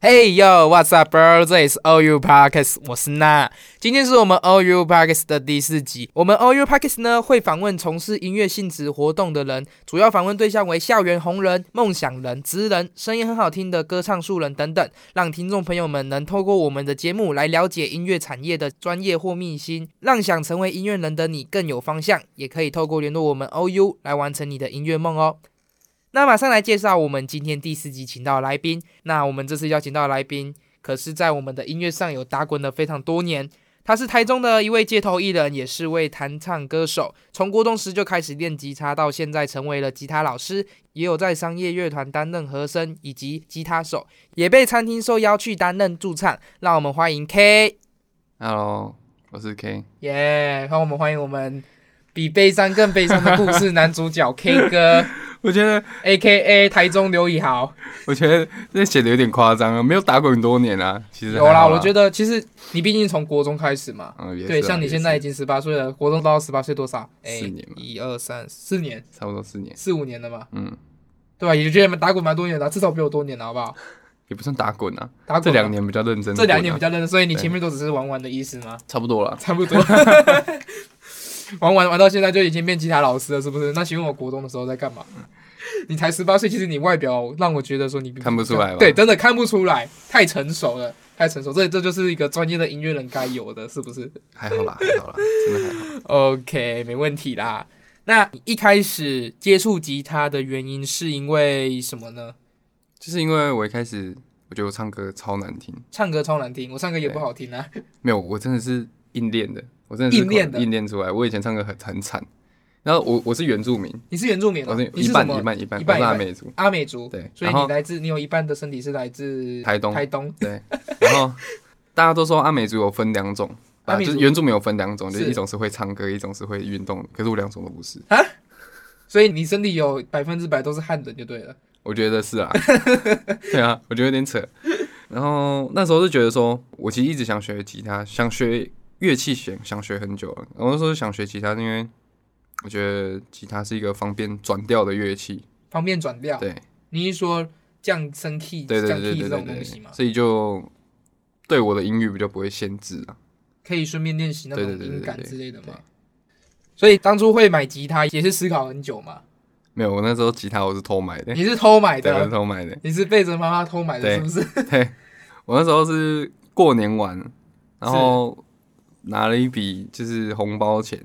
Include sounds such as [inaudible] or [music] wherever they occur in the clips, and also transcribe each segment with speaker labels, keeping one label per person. Speaker 1: Hey yo, what's up, bro? This is OU Podcast，我是娜。今天是我们 OU Podcast 的第四集。我们 OU Podcast 呢会访问从事音乐性质活动的人，主要访问对象为校园红人、梦想人、职人、声音很好听的歌唱素人等等，让听众朋友们能透过我们的节目来了解音乐产业的专业或秘辛，让想成为音乐人的你更有方向。也可以透过联络我们 OU 来完成你的音乐梦哦。那马上来介绍我们今天第四集请到的来宾。那我们这次邀请到的来宾，可是在我们的音乐上有打滚了非常多年。他是台中的一位街头艺人，也是位弹唱歌手。从国中时就开始练吉他，到现在成为了吉他老师，也有在商业乐团担任和声以及吉他手，也被餐厅受邀去担任驻唱。让我们欢迎 K，
Speaker 2: Hello，我是 K。
Speaker 1: 耶！让我们欢迎我们比悲伤更悲伤的故事男主角 K 哥
Speaker 2: 我觉得，
Speaker 1: ，A K A 台中刘以豪。
Speaker 2: 我觉得这写的有点夸张啊，没有打滚多年啊，其实
Speaker 1: 有
Speaker 2: 还
Speaker 1: 啦，
Speaker 2: 好
Speaker 1: 我觉得其实你毕竟从国中开始嘛，
Speaker 2: 嗯，也是啊
Speaker 1: 对，像你
Speaker 2: 也
Speaker 1: 现在已
Speaker 2: 是
Speaker 1: 经十八岁了，国中到十八岁多少？哎
Speaker 2: 四年嘛
Speaker 1: 一二三四年，
Speaker 2: 差不多四年，
Speaker 1: 四五年了嘛，
Speaker 2: 嗯，
Speaker 1: 对吧？也就觉得打滚蛮多年的，至少比我多年了，好不好？
Speaker 2: 也不算打滚啊，
Speaker 1: 打滚
Speaker 2: 这两
Speaker 1: 嘛，
Speaker 2: 年比较认真，
Speaker 1: 这两年比
Speaker 2: 较
Speaker 1: 较认真，所以你
Speaker 2: 对
Speaker 1: 前面都只是玩玩的意思吗？
Speaker 2: 差不多了。
Speaker 1: 差
Speaker 2: [laughs]
Speaker 1: 不多， [laughs] 玩玩玩到现在就已经变吉他老师了，是不是？那请问我国中的时候在干嘛？你才十八岁，其实你外表让我觉得说你
Speaker 2: 看不出来吧
Speaker 1: 对，真的看不出来，太成熟了，太成熟，这这就是一个专业的音乐人该有的，是不是？
Speaker 2: 还好啦，还好啦，真的还好。
Speaker 1: OK，没问题啦。那你一开始接触吉他的原因是因为什么呢？
Speaker 2: 就是因为我一开始我觉得我唱歌超难听，
Speaker 1: 唱歌超难听，我唱歌也不好听啊。
Speaker 2: 没有，我真的是硬练的，我真的是
Speaker 1: 硬练的
Speaker 2: 硬练出来。我以前唱歌很很惨，然后我我是原住民，
Speaker 1: 你是原住民、
Speaker 2: 我
Speaker 1: 哦
Speaker 2: 是，
Speaker 1: 你
Speaker 2: 一
Speaker 1: 是
Speaker 2: 半
Speaker 1: 什么
Speaker 2: 一半一半，
Speaker 1: 一
Speaker 2: 我
Speaker 1: 半
Speaker 2: 是阿
Speaker 1: 一半
Speaker 2: 美族，
Speaker 1: 阿美族，
Speaker 2: 对
Speaker 1: 所以
Speaker 2: 然后
Speaker 1: 你来自你有一半的身体是来自
Speaker 2: 台东
Speaker 1: 台东，
Speaker 2: 对，然后大家都说阿美族有分两种，
Speaker 1: 阿
Speaker 2: 啊，
Speaker 1: 美
Speaker 2: 就
Speaker 1: 族
Speaker 2: 是原住民有分两种，就是
Speaker 1: 是
Speaker 2: 一种是会唱歌，一种是会运动，可是我两种都不是，
Speaker 1: 所以你身体有百分之百都是汉人就对了。
Speaker 2: 我觉得是啊， [laughs] 对啊，我觉得有点扯。然后那时候就觉得说，我其实一直想学吉他，想学乐器想想学很久了。然后那时候想学吉他，因为我觉得吉他是一个方便转调的乐器，
Speaker 1: 方便转调，
Speaker 2: 对，
Speaker 1: 你是说降升 key、
Speaker 2: 对对
Speaker 1: 降
Speaker 2: 对
Speaker 1: key
Speaker 2: 对
Speaker 1: 哦这
Speaker 2: 对
Speaker 1: 种东西
Speaker 2: 对
Speaker 1: 吗，？
Speaker 2: 所以就对我的音域比较不会限制啊。
Speaker 1: 可以顺便练习那种
Speaker 2: 对对对对
Speaker 1: 音感
Speaker 2: 对
Speaker 1: 之类的吗
Speaker 2: 对？
Speaker 1: 所以当初会买吉他也是思考很久嘛。
Speaker 2: 没有，我那时候吉他我是偷买的，
Speaker 1: 你是偷买
Speaker 2: 对，我
Speaker 1: 的啊
Speaker 2: 是，偷买的。
Speaker 1: 你是背着妈妈偷买的，
Speaker 2: 对
Speaker 1: 是不是？
Speaker 2: 对，我那时候是过年玩，然后拿了一笔就是红包钱，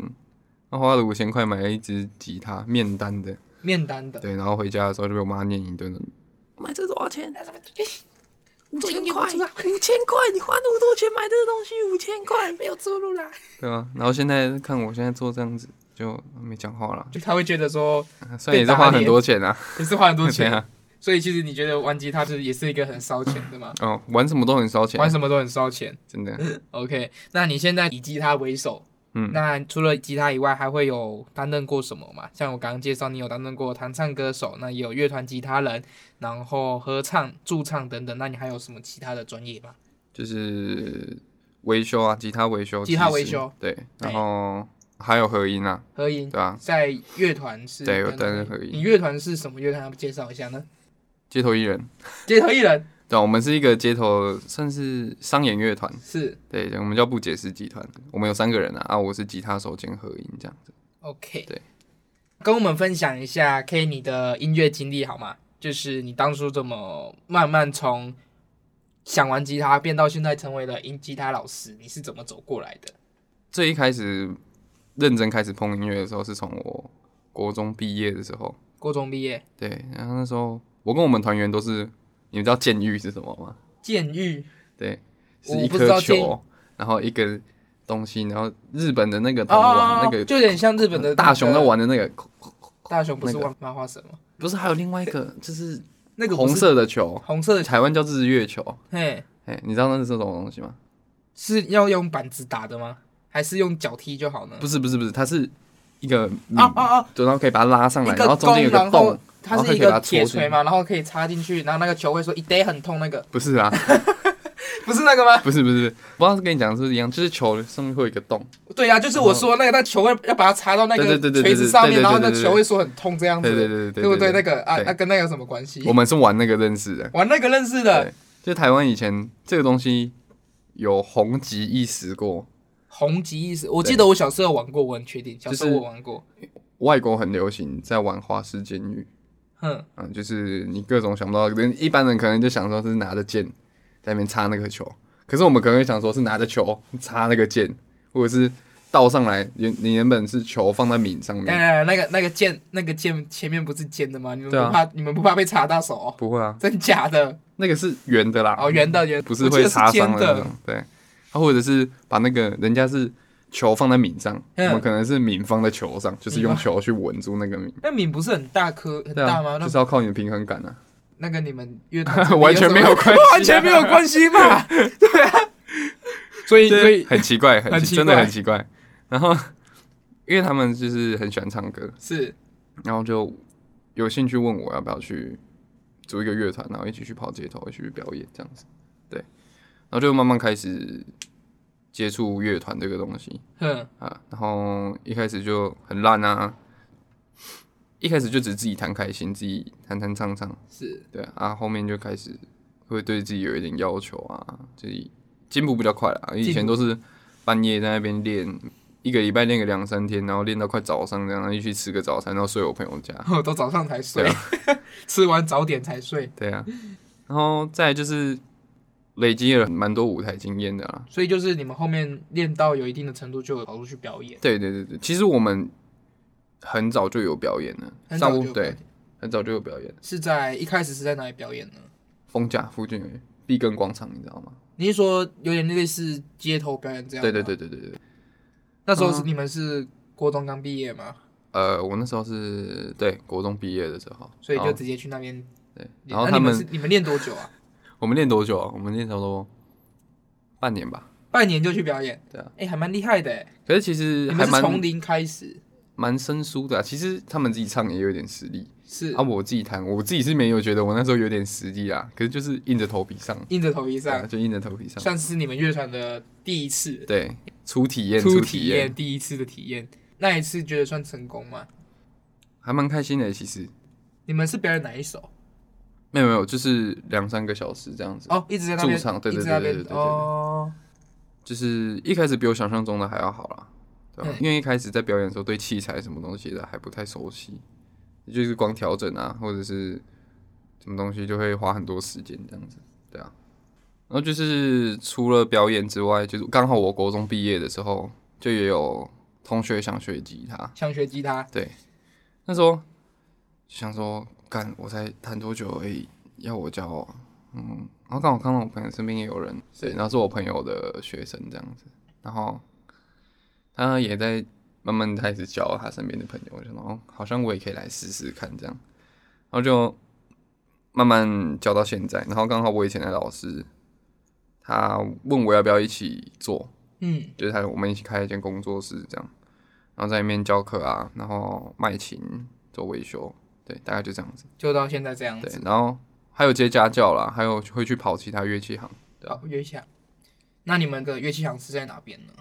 Speaker 2: 然后花了五千块买了一支吉他，面单的。
Speaker 1: 面单的，
Speaker 2: 对，然后回家的时候就被我妈念一顿了。买这多少钱？
Speaker 1: 五千块，
Speaker 3: 五千块，你花那么多钱买这个东西，五千块没有出路啦。
Speaker 2: 对啊，然后现在看我现在做这样子，就没讲话了。
Speaker 1: 就他会觉得说
Speaker 2: 虽然也是花很多钱啊，
Speaker 1: 你是花很多
Speaker 2: [laughs] 对
Speaker 1: 钱，
Speaker 2: 啊，
Speaker 1: 所以其实你觉得玩吉他就是也是一个很烧钱的嘛，
Speaker 2: 哦，玩什么都很烧钱
Speaker 1: 玩，什么都很烧钱。
Speaker 2: 真的。
Speaker 1: OK，那你现在以吉他为首，
Speaker 2: 嗯
Speaker 1: 那除了吉他以外，还会有担任过什么嘛？像我刚刚介绍，你有担任过弹唱歌手，那也有乐团吉他人，然后合唱、驻唱等等。那你还有什么其他的专业吗？
Speaker 2: 就是维修啊，吉他维修，
Speaker 1: 吉他
Speaker 2: 技师
Speaker 1: 维修，哎
Speaker 2: 对，然后还有合音啊，
Speaker 1: 合音
Speaker 2: 对啊，
Speaker 1: 在乐团是
Speaker 2: 对有
Speaker 1: 担任
Speaker 2: 担任合音
Speaker 1: 你乐团是什么乐团？要不介绍一下呢？
Speaker 2: 街头艺人。
Speaker 1: 街头艺人
Speaker 2: 对啊，我们是一个街头算是商演乐团，
Speaker 1: 是
Speaker 2: 对，我们叫不解释集团。我们有三个人啊，啊，我是吉他手兼合音这样子。
Speaker 1: OK，
Speaker 2: 对，
Speaker 1: 跟我们分享一下 K 你的音乐经历好吗？就是你当初怎么慢慢从想玩吉他变到现在成为了音吉他老师，你是怎么走过来的？
Speaker 2: 最一开始认真开始碰音乐的时候，是从我国中毕业的时候，
Speaker 1: 高中毕业，
Speaker 2: 对，然后那时候我跟我们团员都是，你们知道监狱是什么吗？
Speaker 1: 监狱
Speaker 2: 对，
Speaker 1: 我
Speaker 2: 是一
Speaker 1: 不知道
Speaker 2: 颗
Speaker 1: 监
Speaker 2: 球，然后一个东西，然后日本的那个铜
Speaker 1: 哦
Speaker 2: 碗，，那个
Speaker 1: 就有点像日本的
Speaker 2: 大熊在，玩的那个，
Speaker 1: 大熊不是
Speaker 2: 那个
Speaker 1: 玩漫画神吗？
Speaker 2: 不是还有另外一个就是
Speaker 1: 那个不
Speaker 2: 红
Speaker 1: 是
Speaker 2: 色的球，
Speaker 1: 红色的，
Speaker 2: 台湾叫日月球，
Speaker 1: 嘿，
Speaker 2: 哎，你知道那是什么东西吗？
Speaker 1: 是要用板子打的吗？还是用脚踢就好呢？
Speaker 2: 不是不是不是，它是一个米，
Speaker 1: 啊啊啊！
Speaker 2: 对然后可以把它拉上来，
Speaker 1: 一个
Speaker 2: 然后中间有
Speaker 1: 弓
Speaker 2: 个
Speaker 1: 然后
Speaker 2: 洞，
Speaker 1: 它
Speaker 2: 然后
Speaker 1: 是
Speaker 2: 可以
Speaker 1: 一
Speaker 2: 把它
Speaker 1: 个
Speaker 2: 戳
Speaker 1: 铁
Speaker 2: 进
Speaker 1: 锤嘛，然后可以插进去，然后那个球会说一逮很痛那个。
Speaker 2: 不是啊，
Speaker 1: 不是那个吗？
Speaker 2: [laughs] 不是不是，不知道是跟你讲的是不是一样，就是球上面会有一个洞，
Speaker 1: 对呀、就是我说那个，那球会要把它插到那
Speaker 2: 对
Speaker 1: 个
Speaker 2: 对对对
Speaker 1: 锤子
Speaker 2: 对
Speaker 1: 上
Speaker 2: 对
Speaker 1: 面，
Speaker 2: 对
Speaker 1: 然后
Speaker 2: 对
Speaker 1: 那
Speaker 2: 对
Speaker 1: 球
Speaker 2: 对
Speaker 1: 会缩很痛这样子，
Speaker 2: 对对对对对
Speaker 1: 对不对？
Speaker 2: 对
Speaker 1: 那个啊，
Speaker 2: 对
Speaker 1: 那跟那个有什么关系？
Speaker 2: 我们是玩那个认识的。
Speaker 1: [laughs] 玩那个认识的
Speaker 2: 对，就台湾以前这个东西有红极一时过，
Speaker 1: 红极一时，我记得我小时候玩过，我很确定，小时候
Speaker 2: 就是
Speaker 1: 我玩过。
Speaker 2: 外国很流行在玩花式监狱，
Speaker 1: 哼，
Speaker 2: 嗯，就是你各种想不到，人一般人可能就想说是拿着剑在那边插那个球，可是我们可能会想说是拿着球插那个剑，或者是倒上来，原你原本是球放在皿上
Speaker 1: 当
Speaker 2: 面，
Speaker 1: 然那个那个剑，那个剑前面不是尖的吗？你们
Speaker 2: 对
Speaker 1: 不
Speaker 2: 啊
Speaker 1: 怕你们不怕被插到手哦？
Speaker 2: 不会啊，
Speaker 1: 真假的？
Speaker 2: 那个是圆的啦，
Speaker 1: 哦，圆的圆，
Speaker 2: 不是
Speaker 1: 我记
Speaker 2: 会
Speaker 1: 得
Speaker 2: 擦
Speaker 1: 尖
Speaker 2: 伤的那
Speaker 1: 的
Speaker 2: 种，，对，啊，或者是把那个人家是球放在皿上，我
Speaker 1: 嗯
Speaker 2: 们可能是皿放在球上，就是用
Speaker 1: 皿
Speaker 2: 球去稳住那个皿。
Speaker 1: 那皿不是很大颗很
Speaker 2: 对
Speaker 1: 大
Speaker 2: 啊，
Speaker 1: 吗？那
Speaker 2: 就是要靠你的平衡感啊，
Speaker 1: 那跟你们乐
Speaker 2: [laughs]
Speaker 1: 团之类
Speaker 2: 完
Speaker 1: 什
Speaker 2: 全
Speaker 1: 么
Speaker 2: 没有关系啊
Speaker 1: 完全没有关系嘛？对啊，所以所
Speaker 2: 对，
Speaker 1: 以
Speaker 2: 很奇怪，很
Speaker 1: 很
Speaker 2: 奇
Speaker 1: 奇
Speaker 2: 真的
Speaker 1: 怪
Speaker 2: 很奇怪。然后，因为他们就是很喜欢唱歌，
Speaker 1: 是
Speaker 2: 然后就有兴趣问我要不要去组一个乐团，然后一起去跑街头，一起去表演这样子。对，然后就慢慢开始接触乐团这个东西
Speaker 1: 哼
Speaker 2: 啊。然后一开始就很烂啊，一开始就只自己弹开心，自己弹弹唱唱，
Speaker 1: 是 [laughs]
Speaker 2: 对啊，后面就开始会对自己有一点要求啊，自己进步比较快啦。以前都是半夜在那边练，一个礼拜练个两三天，然后练到快早上这样，然后一起吃个早餐，然后睡我朋友家。
Speaker 1: 我都早上才睡
Speaker 2: 对，啊
Speaker 1: [laughs] 吃完早点才睡，
Speaker 2: 对啊，然后再来就是累积了蛮多舞台经验的啊啦。
Speaker 1: 所以就是你们后面练到有一定的程度，就有跑出去表演。
Speaker 2: 对对对对，其实我们很早就有表演了，
Speaker 1: 很早
Speaker 2: 上
Speaker 1: 就
Speaker 2: 午
Speaker 1: 有表
Speaker 2: 对
Speaker 1: 演，
Speaker 2: 很早就有表演。
Speaker 1: 是在一开始是在哪里表演呢？
Speaker 2: 丰甲附近有碧根广场，你知道吗？
Speaker 1: 你是说有点类似街头表演这样？
Speaker 2: 对对嗯对，对对对。
Speaker 1: 那时候是你们是国中刚毕业嘛，
Speaker 2: 呃，我那时候是对国中毕业的时候，
Speaker 1: 所以
Speaker 2: 然
Speaker 1: 就
Speaker 2: 后
Speaker 1: 直接去那边练。
Speaker 2: 对，然后
Speaker 1: 那
Speaker 2: 他
Speaker 1: 你
Speaker 2: 们
Speaker 1: 是你们练多久
Speaker 2: [laughs]
Speaker 1: 啊？
Speaker 2: 我们练多久啊？我们练差不多半年吧。
Speaker 1: 半年就去表演？
Speaker 2: 对啊，
Speaker 1: 哎，还蛮厉害的哎。
Speaker 2: 可是其实
Speaker 1: 你
Speaker 2: 还
Speaker 1: 们是
Speaker 2: 蛮
Speaker 1: 从零开始？
Speaker 2: 蛮生疏的、啊。其实他们自己唱也有点实力
Speaker 1: 是
Speaker 2: 啊，我自己弹，我自己是没有觉得我那时候有点实力啊。可是就是硬着头皮上，
Speaker 1: 硬着头皮
Speaker 2: 对啊
Speaker 1: 上，
Speaker 2: 就硬着头皮上。
Speaker 1: 算是你们乐团的第一次，
Speaker 2: 对，初体验，
Speaker 1: 初
Speaker 2: 初体
Speaker 1: 验，
Speaker 2: 验，
Speaker 1: 第一次的体验。那一次觉得算成功吗？
Speaker 2: 还蛮开心的。欸其实
Speaker 1: 你们是表演哪一首？
Speaker 2: 没有没有，就是两三个小时这样子。
Speaker 1: 哦，一直在那边
Speaker 2: 驻唱对对
Speaker 1: 一直在那边
Speaker 2: 对对对对对
Speaker 1: 哦，
Speaker 2: 就是一开始比我想象中的还要好啦，对吧、
Speaker 1: 嗯
Speaker 2: 因为一开始在表演的时候，对器材什么东西的还不太熟悉，就是光调整啊，或者是什么东西就会花很多时间这样子，对啊。然后就是除了表演之外，就是刚好我国中毕业的时候，就也有同学想学吉他，
Speaker 1: 想学吉他，
Speaker 2: 对，那时候就想说，干，我才弹多久而已，要我教哦、嗯，然后刚好看到我朋友身边也有人，对，然后是我朋友的学生这样子，然后他也在慢慢开始教他身边的朋友，我想说，哦，好像我也可以来试试看这样，然后就慢慢教到现在，然后刚好我以前的老师，他问我要不要一起做，
Speaker 1: 嗯，
Speaker 2: 就是他我们一起开一间工作室这样，然后在里面教课啊，然后卖琴做维修，对，大概就这样子。
Speaker 1: 就到现在这样
Speaker 2: 对
Speaker 1: 子，。
Speaker 2: 然后还有接家教啦，还有会去跑其他乐器行
Speaker 1: 好，约一下。那你们的乐器行是在哪边呢？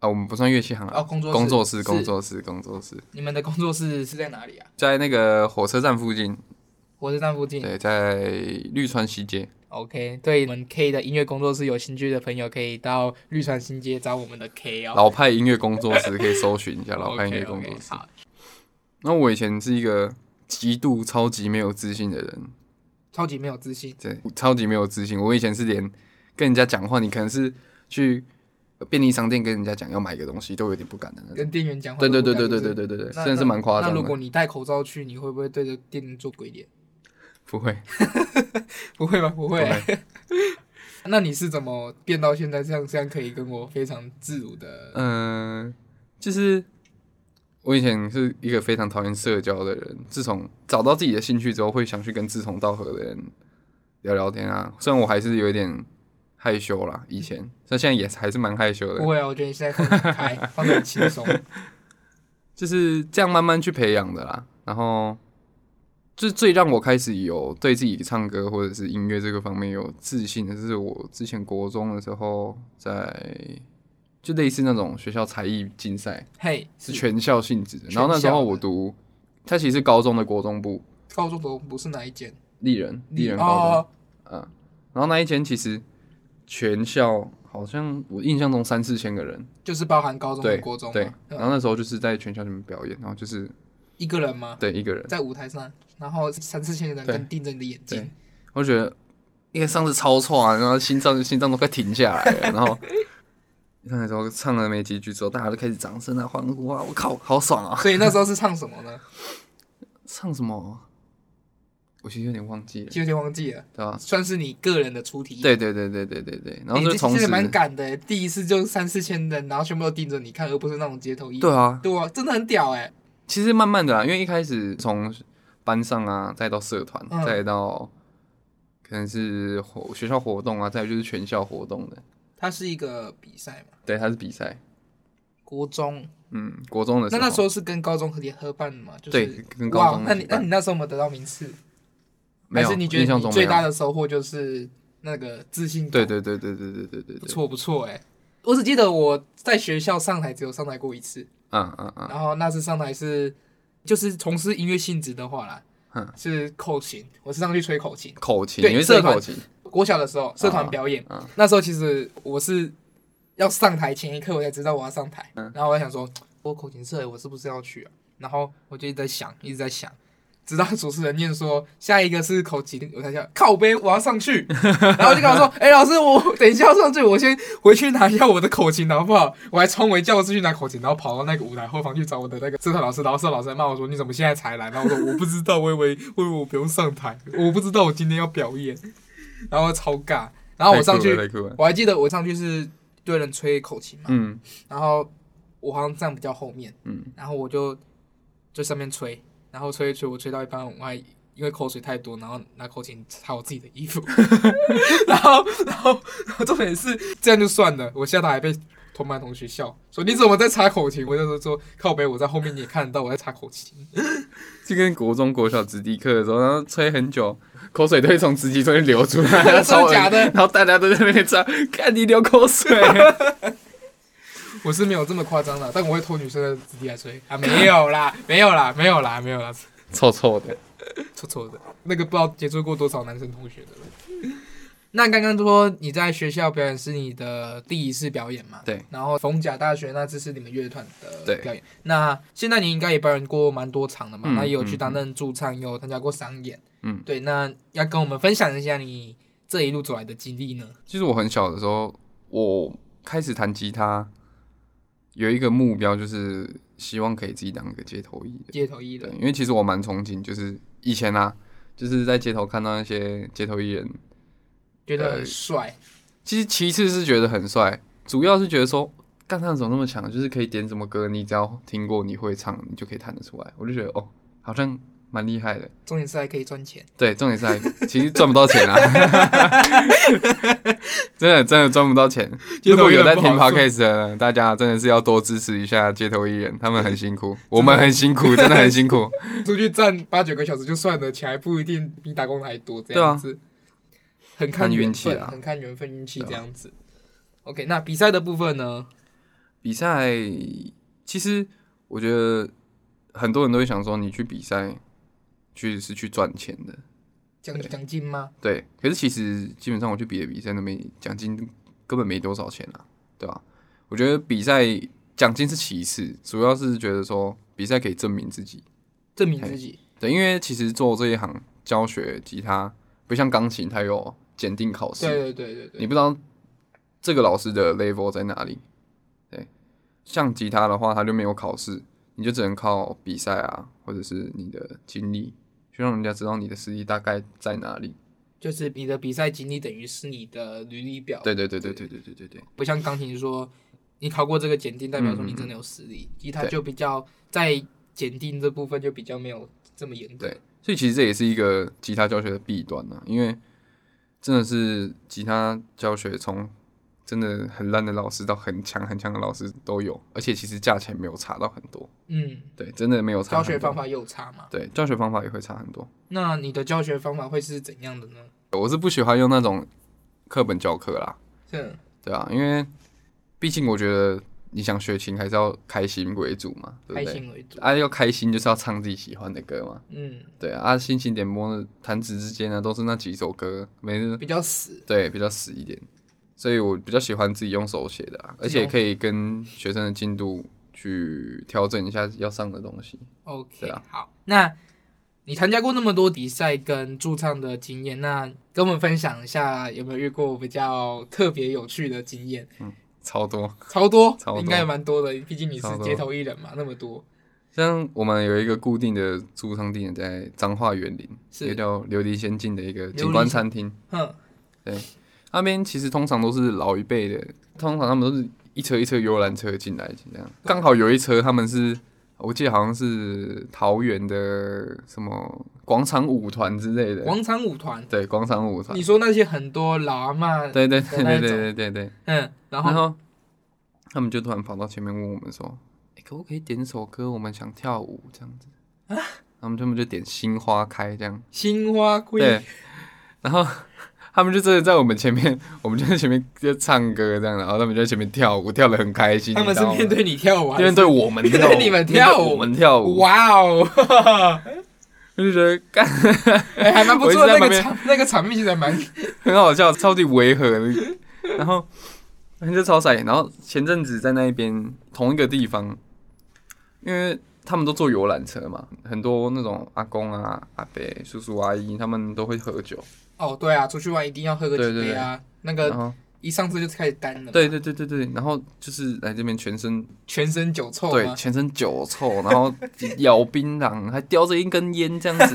Speaker 2: 啊，我们不算乐器行啊，
Speaker 1: 哦，工作
Speaker 2: 工作室，
Speaker 1: 是
Speaker 2: 工。作室，工作室，
Speaker 1: 你们的工作室是在哪里啊？
Speaker 2: 在那个火车站附近，
Speaker 1: 火车站附近。
Speaker 2: 对，在绿川西街，
Speaker 1: OK，对我们 K 的音乐工作室有兴趣的朋友，可以到绿川新街找我们的 K 哦。
Speaker 2: 老派音乐工作室可以搜寻一下老派音乐工作
Speaker 1: o k o
Speaker 2: 室
Speaker 1: k。好，
Speaker 2: 那我以前是一个极度超级没有自信的人，
Speaker 1: 超级没有自信，
Speaker 2: 对，超级没有自信。我以前是连跟人家讲话，你可能是去便利商店跟人家讲要买一个东西，都有点不敢的那种。
Speaker 1: 跟店员讲话
Speaker 2: 对
Speaker 1: 都
Speaker 2: 对
Speaker 1: 不敢。
Speaker 2: 对对
Speaker 1: 就
Speaker 2: 对
Speaker 1: 是
Speaker 2: 对对对对，
Speaker 1: 那
Speaker 2: 真的是蛮夸
Speaker 1: 那
Speaker 2: 张
Speaker 1: 如果
Speaker 2: 的。
Speaker 1: 你戴口罩去，你会不会对着店员做鬼脸？
Speaker 2: 不 [laughs] 会，
Speaker 1: 不会吧？不
Speaker 2: 不
Speaker 1: 会。
Speaker 2: 会。
Speaker 1: 那你是怎么变到现在这样？这样可以跟我非常自如的？
Speaker 2: 嗯，就是我以前是一个非常讨厌社交的人，自从找到自己的兴趣之后，会想去跟志同道合的人聊聊天啊。虽然我还是有一点害羞啦，以前，但现在也还是蛮害羞的
Speaker 1: 不。会啊，我觉得你现在放得很开，放得很轻松。
Speaker 2: 就是这样慢慢去培养的啦。然后就是最让我开始有对自己唱歌或者是音乐这个方面有自信的，是我之前国中的时候在就类似那种学校才艺竞赛，
Speaker 1: 嘿，
Speaker 2: 是全校性质的。
Speaker 1: 全校
Speaker 2: 然
Speaker 1: 的
Speaker 2: 后那时候我读，它其实是高中的国中部，
Speaker 1: 高中不不是哪一间？
Speaker 2: 丽人丽人高中，
Speaker 1: 哦，
Speaker 2: 嗯、然后那一间其实全校好像我印象中三四千个人，
Speaker 1: 就是包含高中
Speaker 2: 对
Speaker 1: 跟国中嘛
Speaker 2: 对，
Speaker 1: 嗯
Speaker 2: 然后那时候就是在全校里面表演，然后就是
Speaker 1: 一个人吗？
Speaker 2: 对一个人，
Speaker 1: 在舞台上，然后三四千人
Speaker 2: 对
Speaker 1: 跟盯着你的眼睛
Speaker 2: 对，我就觉得因为上次超错啊，然后心脏心脏都快停下来了，然后 [laughs] 上来之后唱了没几句之后，大家都开始掌声啊欢呼啊，我靠，好爽啊！
Speaker 1: 所以那时候是唱什么呢？
Speaker 2: 唱什么？啊我其实有点忘记了，
Speaker 1: 就有点忘记了，
Speaker 2: 对吧？
Speaker 1: 算是你个人的出题。
Speaker 2: 对对对对对对对，然后
Speaker 1: 你
Speaker 2: 就
Speaker 1: 这
Speaker 2: 从
Speaker 1: 其实
Speaker 2: 此
Speaker 1: 蛮赶的，欸第一次就三四千人，然后全部都盯着你看，而不是那种街头艺。
Speaker 2: 对啊，
Speaker 1: 对啊，真的很屌哎。
Speaker 2: 其实慢慢的啦，因为一开始从班上啊，再到社团，
Speaker 1: 嗯
Speaker 2: 再到可能是活学校活动啊，再就是全校活动的，
Speaker 1: 它是一个比赛嘛，
Speaker 2: 对，它是比赛，
Speaker 1: 国中。
Speaker 2: 嗯，国中的时
Speaker 1: 那
Speaker 2: 候，
Speaker 1: 那时候是跟高中联合办的嘛？就是
Speaker 2: 对跟高
Speaker 1: 哇
Speaker 2: 中，
Speaker 1: 那
Speaker 2: 一
Speaker 1: 你
Speaker 2: 起
Speaker 1: 那
Speaker 2: 办
Speaker 1: 你那时候有没有得到名次？
Speaker 2: 没有
Speaker 1: 还是你觉
Speaker 2: 印
Speaker 1: 得
Speaker 2: 象
Speaker 1: 你
Speaker 2: 中
Speaker 1: 最
Speaker 2: 没有
Speaker 1: 大的收获就是那个自信感？
Speaker 2: 对对对对对对对对
Speaker 1: 不
Speaker 2: 对，
Speaker 1: 错不错哎、我只记得我在学校上台只有上台过一次，
Speaker 2: 嗯嗯嗯，
Speaker 1: 然后那次上台是就是从事音乐性质的话啦，
Speaker 2: 嗯
Speaker 1: 是口琴，我是上去吹口琴。
Speaker 2: 口琴，
Speaker 1: 对
Speaker 2: 因为这
Speaker 1: 社团
Speaker 2: 口琴，
Speaker 1: 国小的时候社团表演，
Speaker 2: 啊啊
Speaker 1: 那时候其实我是要上台前一刻我才知道我要上台，
Speaker 2: 嗯
Speaker 1: 然后我在想说，我口琴社我是不是要去啊？然后我就一直在想，一直在想。直到主持人念说下一个是口琴，我才想靠背我要上
Speaker 2: [laughs]
Speaker 1: 去，然后我就跟我说，哎、老师我等一下要上去，我先回去拿一下我的口琴好不好？我还冲回教室去拿口琴，然后跑到那个舞台后方去找我的那个社团老师，然后社团老师还骂我说你怎么现在才来？然后我说我不知道，我以为 [laughs] 我以为我不用上台，我不知道我今天要表演，然后超尬，然后啊我上
Speaker 2: 太
Speaker 1: 去
Speaker 2: 酷了太酷了
Speaker 1: 我还记得我上去是对人吹口琴嘛，
Speaker 2: 嗯
Speaker 1: 然后我好像站比较后面，
Speaker 2: 嗯，
Speaker 1: 然后我就就上面吹，然后吹一吹，我吹到一半，我还因为口水太多，然后拿口琴擦我自己的衣服， [laughs] 然后然后然后重点是这样就算了，我下台还被同班同学笑，说你怎么在擦口琴？我那时候说靠北，我在后面你也看得到我在擦口琴， [laughs]
Speaker 2: 就跟国中国小子弟课的时候，然后吹很久，口水都会从子弟中间流出来，
Speaker 1: [laughs] 真
Speaker 2: 超
Speaker 1: 的
Speaker 2: 恶
Speaker 1: 假的
Speaker 2: 然后大家都在那边唱，看你流口水，
Speaker 1: 我是没有这么夸张的，但我会偷女生的纸笛来吹啊，没有啦，没有啦，没有啦，没有啦。
Speaker 2: [laughs] 臭臭的，
Speaker 1: 臭臭的，那个不知道接触过多少男生同学的了。那刚刚说你在学校表演是你的第一次表演嘛？
Speaker 2: 对。
Speaker 1: 然后逢甲大学那次是你们乐团的
Speaker 2: 对
Speaker 1: 表演。那现在你应该也表演过蛮多场的嘛？
Speaker 2: 嗯
Speaker 1: 那也有去担任驻唱，也有参加过商演。
Speaker 2: 嗯
Speaker 1: 对，那要跟我们分享一下你这一路走来的经历呢？
Speaker 2: 其实我很小的时候，我开始弹吉他，有一个目标就是希望可以自己当一个街头艺人。
Speaker 1: 街头艺
Speaker 2: 对
Speaker 1: 人，，
Speaker 2: 因为其实我蛮憧憬，就是以前啊，就是在街头看到那些街头艺人，
Speaker 1: 觉得很帅，
Speaker 2: 其实其次是觉得很帅，主要是觉得说，干他怎么那么强？就是可以点什么歌，你只要听过，你会唱，你就可以弹得出来。我就觉得哦，好像蛮厉害的。
Speaker 1: 重点是还可以赚钱。
Speaker 2: 对，重点是还 [laughs] 其实赚不到钱啊， [laughs] 真的真的赚不到钱。
Speaker 1: 街
Speaker 2: 如
Speaker 1: 头
Speaker 2: 果
Speaker 1: 艺
Speaker 2: 有
Speaker 1: 人
Speaker 2: 在
Speaker 1: [laughs] 不
Speaker 2: 听
Speaker 1: 好做
Speaker 2: podcast 的，大家真的是要多支持一下街头艺人，他们很
Speaker 1: [laughs]
Speaker 2: 辛苦，我们很辛苦，真的很辛苦。 [laughs]
Speaker 1: 出去站八九个小时就算了，钱还不一定比打工的还多，这样子，很看缘分
Speaker 2: 啊看运气啊啊
Speaker 1: 很看缘分运气这样子。OK，那比赛的部分呢？
Speaker 2: 比赛其实我觉得很多人都会想说，你去比赛去是去赚钱的。
Speaker 1: 奖奖金吗？
Speaker 2: 对，可是其实基本上我去比的比赛都没奖金，根本没多少钱啊，对吧、我觉得比赛奖金是其次，主要是觉得说比赛可以证明自己。
Speaker 1: 证明自己，
Speaker 2: 对，因为其实做这一行教学吉他，不像钢琴，它有检定考试，
Speaker 1: 对对对对对，
Speaker 2: 哎你不知道这个老师的 level 在哪里。对，像吉他的话，它就没有考试，你就只能靠比赛啊，或者是你的经历，去让人家知道你的实力大概在哪里。
Speaker 1: 就是你的比赛经历等于是你的履历表，
Speaker 2: 对对对对对对对对对。
Speaker 1: 不像钢琴说你考过这个检定，代表
Speaker 2: 嗯
Speaker 1: 说你真的有实力，吉他就比较在检定这部分就比较没有这么严格
Speaker 2: 对。所以其实这也是一个吉啊他教学的弊端呢、因为真的是吉他教学从真的很烂的老师到很强很强的老师都有，而且其实价钱没有差到很多，
Speaker 1: 嗯，
Speaker 2: 对，真的没有差。
Speaker 1: 教学方，法也有差嘛？
Speaker 2: 对，教学方法也会差很多。
Speaker 1: 那你的教学方法会是怎样的呢？
Speaker 2: 我是不喜欢用那种课本教课啦，
Speaker 1: 是，
Speaker 2: 对啊，因为毕竟我觉得你想学琴还是要开心为主嘛，对
Speaker 1: 开
Speaker 2: 不对？
Speaker 1: 心为主。
Speaker 2: 啊，要开心就是要唱自己喜欢的歌嘛，
Speaker 1: 嗯，
Speaker 2: 对啊，啊心情点播呢，弹指之间呢啊都是那几首歌，每日
Speaker 1: 比较死。
Speaker 2: 对比较死一点，所以我比较喜欢自己用手写的、啊，而
Speaker 1: 哦
Speaker 2: 且可以跟学生的进度去调整一下要上的东西。
Speaker 1: OK，、
Speaker 2: 对啊
Speaker 1: 好，那你参加过那么多比赛跟驻唱的经验，那跟我们分享一下有没有遇过比较特别有趣的经验？
Speaker 2: 超多，
Speaker 1: 超多，
Speaker 2: 超多
Speaker 1: 应该蛮多的，毕竟你是
Speaker 2: 超多
Speaker 1: 街头艺人嘛，那么多。
Speaker 2: 像我们有一个固定的驻唱地点在彰化园林，
Speaker 1: 是
Speaker 2: 一个叫琉璃仙境的一个
Speaker 1: 璃
Speaker 2: 景观餐厅。
Speaker 1: 哼，
Speaker 2: 那边其实通常都是老一辈的，通常他们都是一车一车游览车进来这样。刚好有一车他们是，我记得好像是桃园的什么广场舞团之类的，
Speaker 1: 广场舞团，
Speaker 2: 对广场舞团
Speaker 1: 你。说那些很多老阿嬷，
Speaker 2: 啊对对对
Speaker 1: 的那
Speaker 2: 对
Speaker 1: 一
Speaker 2: 对
Speaker 1: 种
Speaker 2: 对对对。
Speaker 1: 嗯，然
Speaker 2: 然
Speaker 1: 后
Speaker 2: 后他们就突然跑到前面问我们说：“哎、可不可以点首歌？我们想跳舞这样子。”啊，他们他们就点《心花开》这样，
Speaker 1: 心花归
Speaker 2: 对。然后 [laughs] 他们就真的在我们前面， [laughs] 我们就在前面就唱歌这样，然后他们就在前面跳舞，跳得很开心。
Speaker 1: 他们是
Speaker 2: 你知道吗
Speaker 1: 面对你跳舞还是，
Speaker 2: 面对我们
Speaker 1: [laughs] 面
Speaker 2: 跳舞，
Speaker 1: 对你们跳舞
Speaker 2: 面对我们跳舞，
Speaker 1: 哇
Speaker 2: [laughs]
Speaker 1: 哦，
Speaker 2: 我就觉得干
Speaker 1: 哎还蛮不
Speaker 2: 我一直
Speaker 1: 错，那
Speaker 2: 在旁
Speaker 1: 个
Speaker 2: 边
Speaker 1: 场那个场面其实还蛮
Speaker 2: 很好笑，超级违和的。然后反正就超傻眼。然后前阵子在那边同一个地方，因为他们都坐游览车嘛，很多那种阿公啊、阿伯、叔叔阿姨，他们都会喝酒。
Speaker 1: 哦，对啊，出去玩一定要喝个
Speaker 2: 对
Speaker 1: 几
Speaker 2: 对
Speaker 1: 杯啊，那
Speaker 2: 然
Speaker 1: 个
Speaker 2: 后，
Speaker 1: 一上车就开始单了，，
Speaker 2: 对对对对对，然后就是来这边全身
Speaker 1: 全身酒臭
Speaker 2: 对
Speaker 1: 嘛，
Speaker 2: 全身酒臭，然后咬槟榔，还叼着一根烟这样子。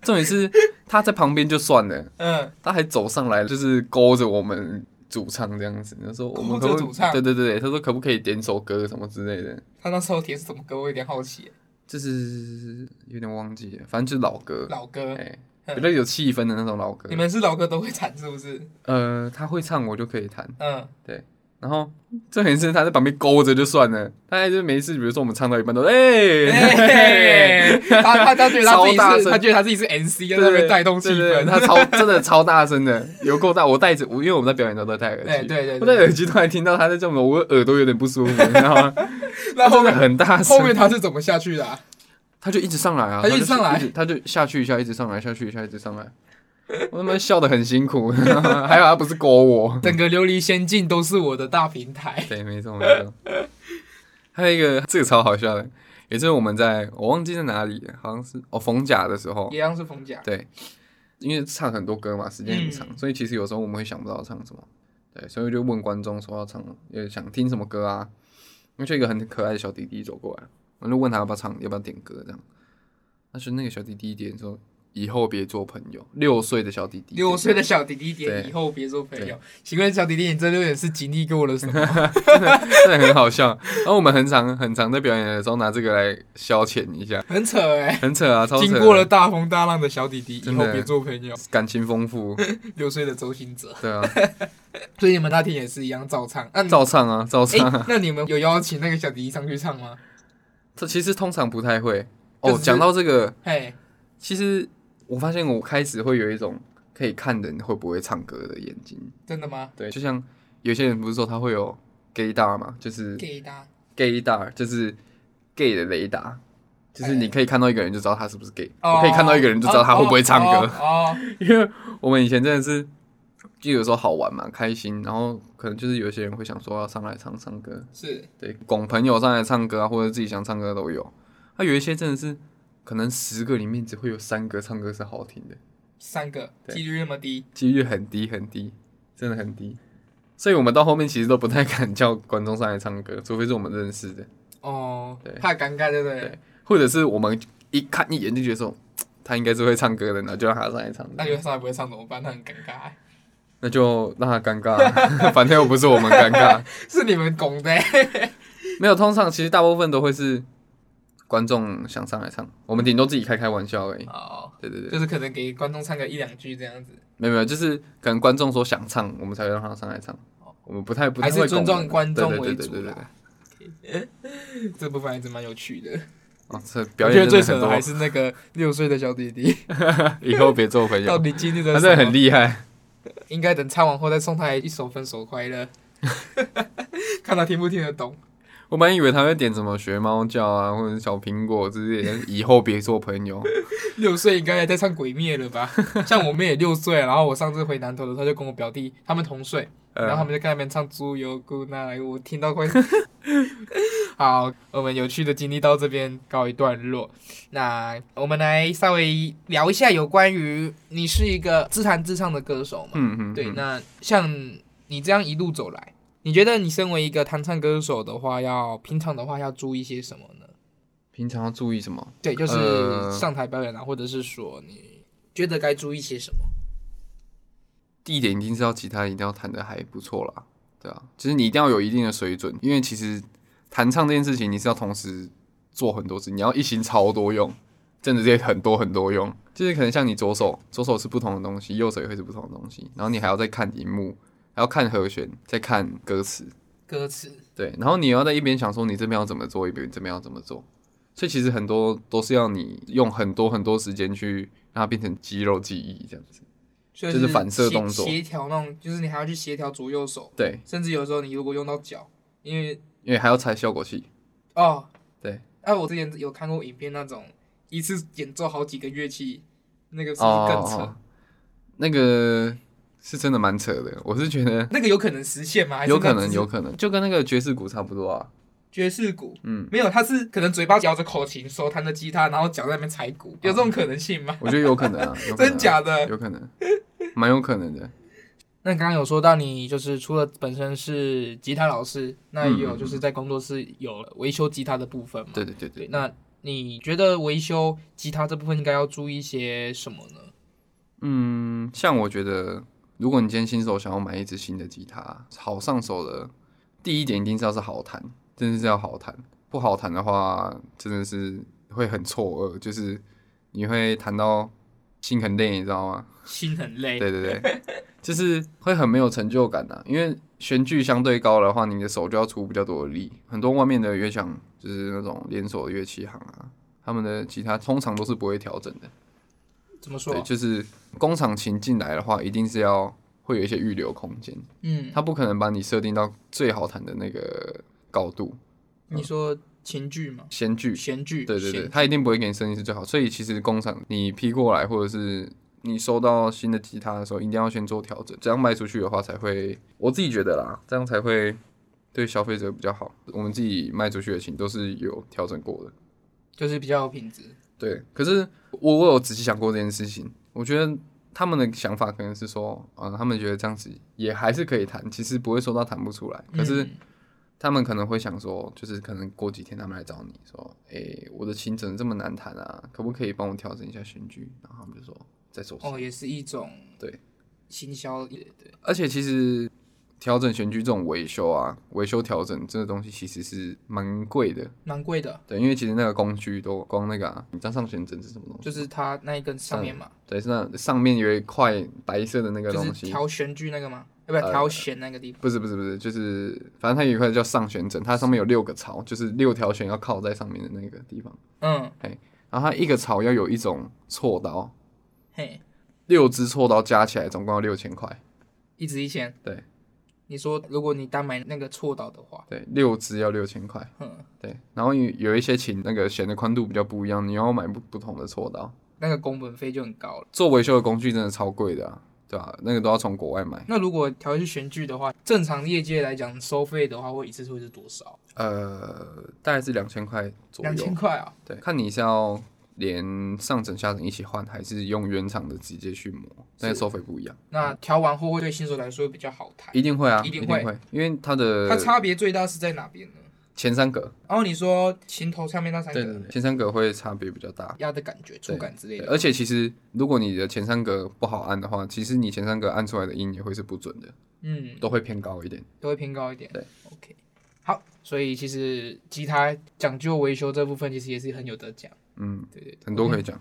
Speaker 2: 重点是他在旁边就算了，
Speaker 1: 嗯，
Speaker 2: 他还走上来，就是勾着我们主唱这样子，他说我们可
Speaker 1: 勾
Speaker 2: 不
Speaker 1: 着主唱
Speaker 2: 对对对，他说可不可以点首歌什么之类的，
Speaker 1: 他那时候点什么歌，我有点好奇，
Speaker 2: 就是有点忘记了，反正就是老歌，
Speaker 1: 老歌，
Speaker 2: 哎、
Speaker 1: 嗯
Speaker 2: 比较有气氛的那种老歌
Speaker 1: 你。们是老歌都会弹是不是？
Speaker 2: 呃，他会唱我就可以弹，
Speaker 1: 嗯，
Speaker 2: 然后重点是他在旁边勾着就算了，他还是没事，比如说我们唱到一半都哎、 [laughs]
Speaker 1: 嘿 [laughs] 他他他觉得他自己
Speaker 2: 超大声
Speaker 1: 是，他觉得他自己是 MC，在那边带动气
Speaker 2: 对对对
Speaker 1: 氛，
Speaker 2: 他
Speaker 1: [laughs]
Speaker 2: 超真的超大声的，有够大。我戴着，我因为我们在表演的时候都戴耳
Speaker 1: 哎对
Speaker 2: 机，
Speaker 1: 对对
Speaker 2: 我戴
Speaker 1: 对，
Speaker 2: 耳机突然听到他在这么，我耳朵有点不舒服，你知道吗？
Speaker 1: [laughs] 那后
Speaker 2: 真的
Speaker 1: 面
Speaker 2: 很大声
Speaker 1: 后，面他是怎么下去的啊？
Speaker 2: 他就一直上来啊，
Speaker 1: 他就一直上来
Speaker 2: 就他就下去一下，一直上来，下去一下，一直上来。我他妈笑得很辛苦， [laughs] 还好他不是勾我。
Speaker 1: 整个《琉璃仙境》都是我的大平台，
Speaker 2: 对，没错没错。还有一个，这个超好笑的，也是我们在我忘记在哪里了，好像是哦逢甲的时候
Speaker 1: 一，样是冯甲，
Speaker 2: 对，因为唱很多歌嘛，时间很
Speaker 1: 嗯
Speaker 2: 长，所以其实有时候我们会想不到唱什么，对，所以我就问观众说要唱，也想听什么歌啊。那就一个很可爱的小弟弟走过来，我就问他要不要唱，要不要点歌这样。但是那个小弟弟点说：“以后别做朋友。”六岁的小弟弟，
Speaker 1: 六岁的小弟弟点
Speaker 2: 对
Speaker 1: 以后别做朋友。请问小弟弟，你这六点是经历过了什
Speaker 2: [laughs]
Speaker 1: 么？
Speaker 2: 真的很好笑。然后我们很常很常在表演的时候拿这个来消遣一下，
Speaker 1: 很扯哎、
Speaker 2: 很扯啊，超扯的。
Speaker 1: 经过了大风大浪的小弟弟，以
Speaker 2: 真
Speaker 1: 后
Speaker 2: 的
Speaker 1: 别做朋友。
Speaker 2: 感情丰富，
Speaker 1: 六岁的周星哲，
Speaker 2: 对啊，
Speaker 1: 所以你们那天也是一样照唱。那你
Speaker 2: 照唱啊，照
Speaker 1: 哎、
Speaker 2: 唱 [laughs] 啊。
Speaker 1: 那你们有邀请那个小弟弟上去唱吗？
Speaker 2: 这其实通常不太会
Speaker 1: 就
Speaker 2: 哦。
Speaker 1: 是
Speaker 2: 讲到这个，
Speaker 1: 嘿，
Speaker 2: 其实我发现我开始会有一种可以看人会不会唱歌的眼睛。
Speaker 1: 真的吗
Speaker 2: 对，就像有些人不是说他会有 gay 大嘛，就是
Speaker 1: ？gay 哒，
Speaker 2: gay 大就是 gay 的雷达，就是
Speaker 1: 哎
Speaker 2: 你可以看到一个人就知道他是不是 gay，、
Speaker 1: 哦
Speaker 2: 我可以看到一个人就知道他会不会唱歌。
Speaker 1: 哦哦，哦
Speaker 2: [laughs] 因为我们以前真的是，就有时候好玩嘛，开心，然后可能就是有些人会想说要上来唱唱歌，
Speaker 1: 是
Speaker 2: 对，拱朋友上来唱歌啊，或者自己想唱歌都有。那、有一些真的是，可能十个里面只会有三个唱歌是好听的，
Speaker 1: 三个，
Speaker 2: 对
Speaker 1: 几率那么低。
Speaker 2: 几率很低很低，真的很低。所以我们到后面其实都不太敢叫观众上来唱歌，除非是我们认识的，
Speaker 1: 哦
Speaker 2: 对，
Speaker 1: 怕尴尬，对不对？
Speaker 2: 对或者是我们一看一眼就觉得说嘖他应该是会唱歌的，然后就让他上来唱。
Speaker 1: 那你们上来不会唱怎么办？那很尴尬、 [laughs] 欸，
Speaker 2: 那就让他尴尬 [laughs] 啊，反正又不是我们尴
Speaker 1: [laughs]
Speaker 2: 尬。
Speaker 1: 是你们拱的、 [laughs] 欸。
Speaker 2: 没有，通常其实大部分都会是观众想上来唱，我们顶多自己开开玩笑而已。
Speaker 1: 哦，
Speaker 2: 对对对
Speaker 1: 就，是可能给观众唱个一两句这样子。
Speaker 2: 没有没有，就是可能观众说想唱，我们才会让他上来唱。我们不太不太
Speaker 1: 哦还
Speaker 2: 会
Speaker 1: 是尊
Speaker 2: 共鸣
Speaker 1: 重观众为
Speaker 2: 对对对
Speaker 1: 主
Speaker 2: 对对对对
Speaker 1: 啦。这部分还是蛮有趣的，
Speaker 2: 啊，这表
Speaker 1: 我
Speaker 2: 演
Speaker 1: 觉得最扯
Speaker 2: 真的
Speaker 1: 的还
Speaker 2: 很
Speaker 1: 是那个六岁的小弟弟，
Speaker 2: 多， [laughs] 以后别做朋
Speaker 1: 到
Speaker 2: 友，
Speaker 1: 底经历
Speaker 2: 哎他
Speaker 1: 了
Speaker 2: 真
Speaker 1: 什
Speaker 2: 的
Speaker 1: 么
Speaker 2: 很？厉害。
Speaker 1: 应该等唱完后再送他一首《分手快乐》， [laughs] 看他听不听得懂。
Speaker 2: 我本来以为他会点什么学猫叫啊，或者是小苹果之类的，以后别做
Speaker 1: [laughs]
Speaker 2: 朋友。
Speaker 1: 六岁应该也在唱《鬼灭》了吧？ [laughs] 像我妹也六岁，然后我上次回南头的时候就跟我表弟他们同岁，
Speaker 2: 呃
Speaker 1: 然后他们就看那边唱《猪油姑那来》，我听到快。 [laughs] 好，我们有趣的经历到这边告一段落。那我们来稍微聊一下有关于你是一个自弹自唱的歌手嘛？
Speaker 2: 嗯嗯，
Speaker 1: 对，
Speaker 2: 嗯
Speaker 1: 那像你这样一路走来，你觉得你身为一个弹唱歌手的话，要平常的话要注意些什么呢？
Speaker 2: 平常要注意什么？
Speaker 1: 对，就是
Speaker 2: 呃
Speaker 1: 上台表演啊，或者是说你觉得该注意些什么？
Speaker 2: 第一点一定是要吉他一定要弹的还不错啦，对啊，就是你一定要有一定的水准，因为其实弹唱这件事情你是要同时做很多事，你要一心超多用，真的是很多很多用，就是可能像你左手，左手是不同的东西，右手也会是不同的东西，然后你还要再看荧幕，还要看和弦，再看歌词，
Speaker 1: 歌词，
Speaker 2: 对，然后你要在一边想说你这边要怎么做，一边这边要怎么做，所以其实很多都是要你用很多很多时间去让它变成肌肉记忆这样子，
Speaker 1: 就是是
Speaker 2: 反射
Speaker 1: 协
Speaker 2: 动作
Speaker 1: 协调那种，就是你还要去协调左右手，
Speaker 2: 对，
Speaker 1: 甚至有时候你如果用到脚，因为
Speaker 2: 因为还要拆效果器，
Speaker 1: 哦，
Speaker 2: 对。
Speaker 1: 哎、我之前有看过影片那种一次演奏好几个乐器，那个是
Speaker 2: 哦
Speaker 1: 不是更扯？
Speaker 2: 那个是真的蛮扯的，我是觉得
Speaker 1: 那个有可能实现吗？还是
Speaker 2: 有可
Speaker 1: 那
Speaker 2: 能，
Speaker 1: 只是
Speaker 2: 有可能，就跟那个爵士鼓差不多啊。
Speaker 1: 爵士鼓。
Speaker 2: 嗯，
Speaker 1: 没有，他是可能嘴巴嚼着口琴，手弹着吉他，然后脚在那边踩鼓，有这种可能性吗？
Speaker 2: 我觉得有可能啊，有可能
Speaker 1: [laughs]
Speaker 2: 啊
Speaker 1: 真假的？
Speaker 2: 有可能，蛮有可能的。
Speaker 1: 那刚刚有说到你就是除了本身是吉他老师，那也有就是在工作室有维修吉他的部分嘛？
Speaker 2: 嗯对对对对，
Speaker 1: 那你觉得维修吉他这部分应该要注意些什么呢？
Speaker 2: 嗯，像我觉得，如果你今天新手想要买一支新的吉他，好上手的，第一点一定是要是好弹，真的是要好弹。不好弹的话，真的是会很错愕，就是你会弹到心很累，你知道吗？
Speaker 1: 心很累，
Speaker 2: 对对对，就是会很没有成就感啊，因为悬距相对高的话，你的手就要出比较多的力。很多外面的乐响，就是那种连锁的乐器行啊，他们的吉他通常都是不会调整的。
Speaker 1: 怎么说
Speaker 2: 对，？就是工厂琴进来的话，一定是要会有一些预留空间，
Speaker 1: 嗯，
Speaker 2: 它不可能把你设定到最好弹的那个高度，
Speaker 1: 你说琴剧嘛，
Speaker 2: 先距
Speaker 1: 弦剧，
Speaker 2: 对对对，
Speaker 1: 弦
Speaker 2: 他一定不会给你设定是最好。所以其实工厂你批过来，或者是你收到新的吉他的时候，一定要先做调整，这样卖出去的话才会，我自己觉得啦，这样才会对消费者比较好。我们自己卖出去的琴都是有调整过的，
Speaker 1: 就是比较有品质。
Speaker 2: 对。可是我我有仔细想过这件事情，我觉得。他们的想法可能是说，嗯，他们觉得这样子也还是可以弹，其实不会说到弹不出来。可是
Speaker 1: 嗯
Speaker 2: 他们可能会想说，就是可能过几天他们来找你说，诶，我的琴怎么这么难弹啊？可不可以帮我调整一下弦距？然后他们就说再说。
Speaker 1: 哦，也是一种
Speaker 2: 对
Speaker 1: 行销，对对，
Speaker 2: 而且其实调整弦距这种维修啊，维修调整这个东西其实是蛮贵的，
Speaker 1: 蛮贵的，
Speaker 2: 对，因为其实那个工具都光那个啊，你知道上弦针是什么东西？
Speaker 1: 就是它那一根上面嘛，
Speaker 2: 对，是那上面有一块白色嗯的那个
Speaker 1: 就
Speaker 2: 东
Speaker 1: 是
Speaker 2: 西。
Speaker 1: 调弦剧那个嘛，要不要调弦那个地方？
Speaker 2: 不是不是不是，就是反正它有一块叫上弦枕，它上面有六个槽，就是六条弦要靠在上面的那个地方。
Speaker 1: 嗯，
Speaker 2: 然后它一个槽要有一种锉刀，
Speaker 1: 嘿，
Speaker 2: 六只锉刀加起来总共要六千块。
Speaker 1: 一直一千。
Speaker 2: 对
Speaker 1: 你说，如果你单买那个错导的话，
Speaker 2: 对，六只要六千块。
Speaker 1: 嗯，
Speaker 2: 对，然后有有一些琴那个弦的宽度比较不一样，你要买不不同的锉刀。
Speaker 1: 那个工本费就很高了。
Speaker 2: 做维修的工具真的超贵的、啊，对吧、那个都要从国外买。
Speaker 1: 那如果调去选剧的话，正常业界来讲，收费的话，会一次会是多少？
Speaker 2: 呃，大概是两千块左
Speaker 1: 两千
Speaker 2: 右。
Speaker 1: 块啊！
Speaker 2: 对，看你是要连上枕下枕一起换，还是用原厂的直接去磨，那个
Speaker 1: 是
Speaker 2: 收费不一样。
Speaker 1: 那调完后会对新手来说比较好谈。
Speaker 2: 一定会啊，
Speaker 1: 一
Speaker 2: 一
Speaker 1: 定
Speaker 2: 定
Speaker 1: 会
Speaker 2: 会，因为它的
Speaker 1: 它差别最大是在哪边呢？
Speaker 2: 前三格，
Speaker 1: 然后你说琴头上面那三
Speaker 2: 对对
Speaker 1: 个
Speaker 2: 对，前三格会差别比较大。
Speaker 1: 压的感觉、触感之类
Speaker 2: 对
Speaker 1: 的，
Speaker 2: 而且其实如果你的前三格不好按的话，其实你前三格按出来的音也会是不准的，
Speaker 1: 嗯，
Speaker 2: 都会偏高一点。
Speaker 1: 都会偏高一点。
Speaker 2: 对
Speaker 1: ，OK，好。所以其实吉他讲究维修这部分，其实也是很有得讲。
Speaker 2: 嗯，
Speaker 1: 对对，对
Speaker 2: 很多可以讲。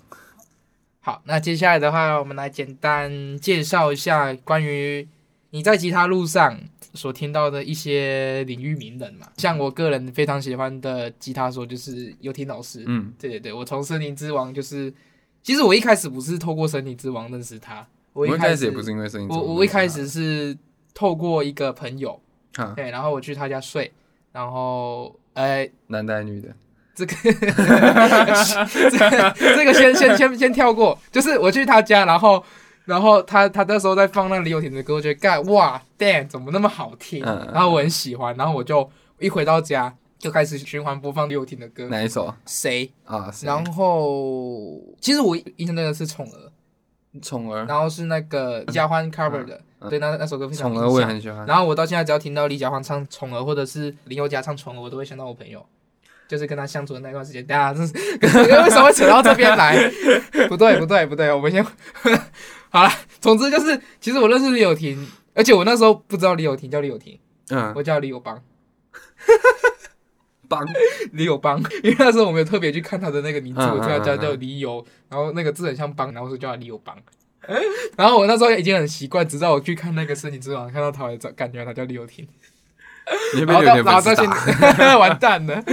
Speaker 1: 好，那接下来的话，我们来简单介绍一下关于你在吉他路上所听到的一些领域名人嘛，像我个人非常喜欢的吉他手就是游艇老师，
Speaker 2: 嗯，
Speaker 1: 对对对，我从《森林之王》就是，其实我一开始不是透过《森林之王》认识他，我
Speaker 2: 我
Speaker 1: 一
Speaker 2: 一开
Speaker 1: 始
Speaker 2: 始也不是因为声音这
Speaker 1: 我
Speaker 2: 种东西啊，
Speaker 1: 我一开始是透过一个朋友，
Speaker 2: 哈，
Speaker 1: 对，然后我去他家睡，然后呃，
Speaker 2: 男的还是女的，
Speaker 1: 这个这个 [laughs] 这个先先先先跳过，就是我去他家，然后然后他他那时候在放那李友廷的歌，我觉得干哇，damn 怎么那么好听，
Speaker 2: 嗯嗯
Speaker 1: 然后我很喜欢，然后我就一回到家就开始循环播放李友廷的歌，
Speaker 2: 哪一首啊
Speaker 1: 谁？
Speaker 2: 啊？谁
Speaker 1: 然后其实我印象那个是宠儿，
Speaker 2: 宠儿，
Speaker 1: 然后是那个李佳欢 cover 的，
Speaker 2: 嗯
Speaker 1: 对，那那首歌非常
Speaker 2: 宠
Speaker 1: 有
Speaker 2: 儿我也
Speaker 1: 印象。
Speaker 2: 很喜欢。
Speaker 1: 然后我到现在只要听到李佳欢唱《宠儿》或者是林宥嘉唱《宠儿》，我都会想到我朋友，就是跟他相处的那段时间。大家这是 [laughs] 为什么会扯到这边来？不对，不对，不对，我们先 [laughs] 好了。总之就是，其实我认识李友廷，而且我那时候不知道李友廷叫李友廷，
Speaker 2: 嗯，
Speaker 1: 我叫李友邦， [laughs]
Speaker 2: 棒，
Speaker 1: 李友邦，因为那时候我没有特别去看他的那个名字，
Speaker 2: 嗯
Speaker 1: 我就叫
Speaker 2: 嗯嗯
Speaker 1: 叫叫李友，然后那个字很像邦，然后我就叫他李友邦。 [laughs] 然后我那时候已经很习惯，直到我去看那个《森林之王》，看到他，我才感觉他叫李友廷。
Speaker 2: 你会不
Speaker 1: 然
Speaker 2: 会
Speaker 1: 后
Speaker 2: 有
Speaker 1: 到
Speaker 2: 点
Speaker 1: 然后
Speaker 2: 不
Speaker 1: 到
Speaker 2: 知
Speaker 1: 现
Speaker 2: 道？
Speaker 1: 在 [laughs] 完蛋了，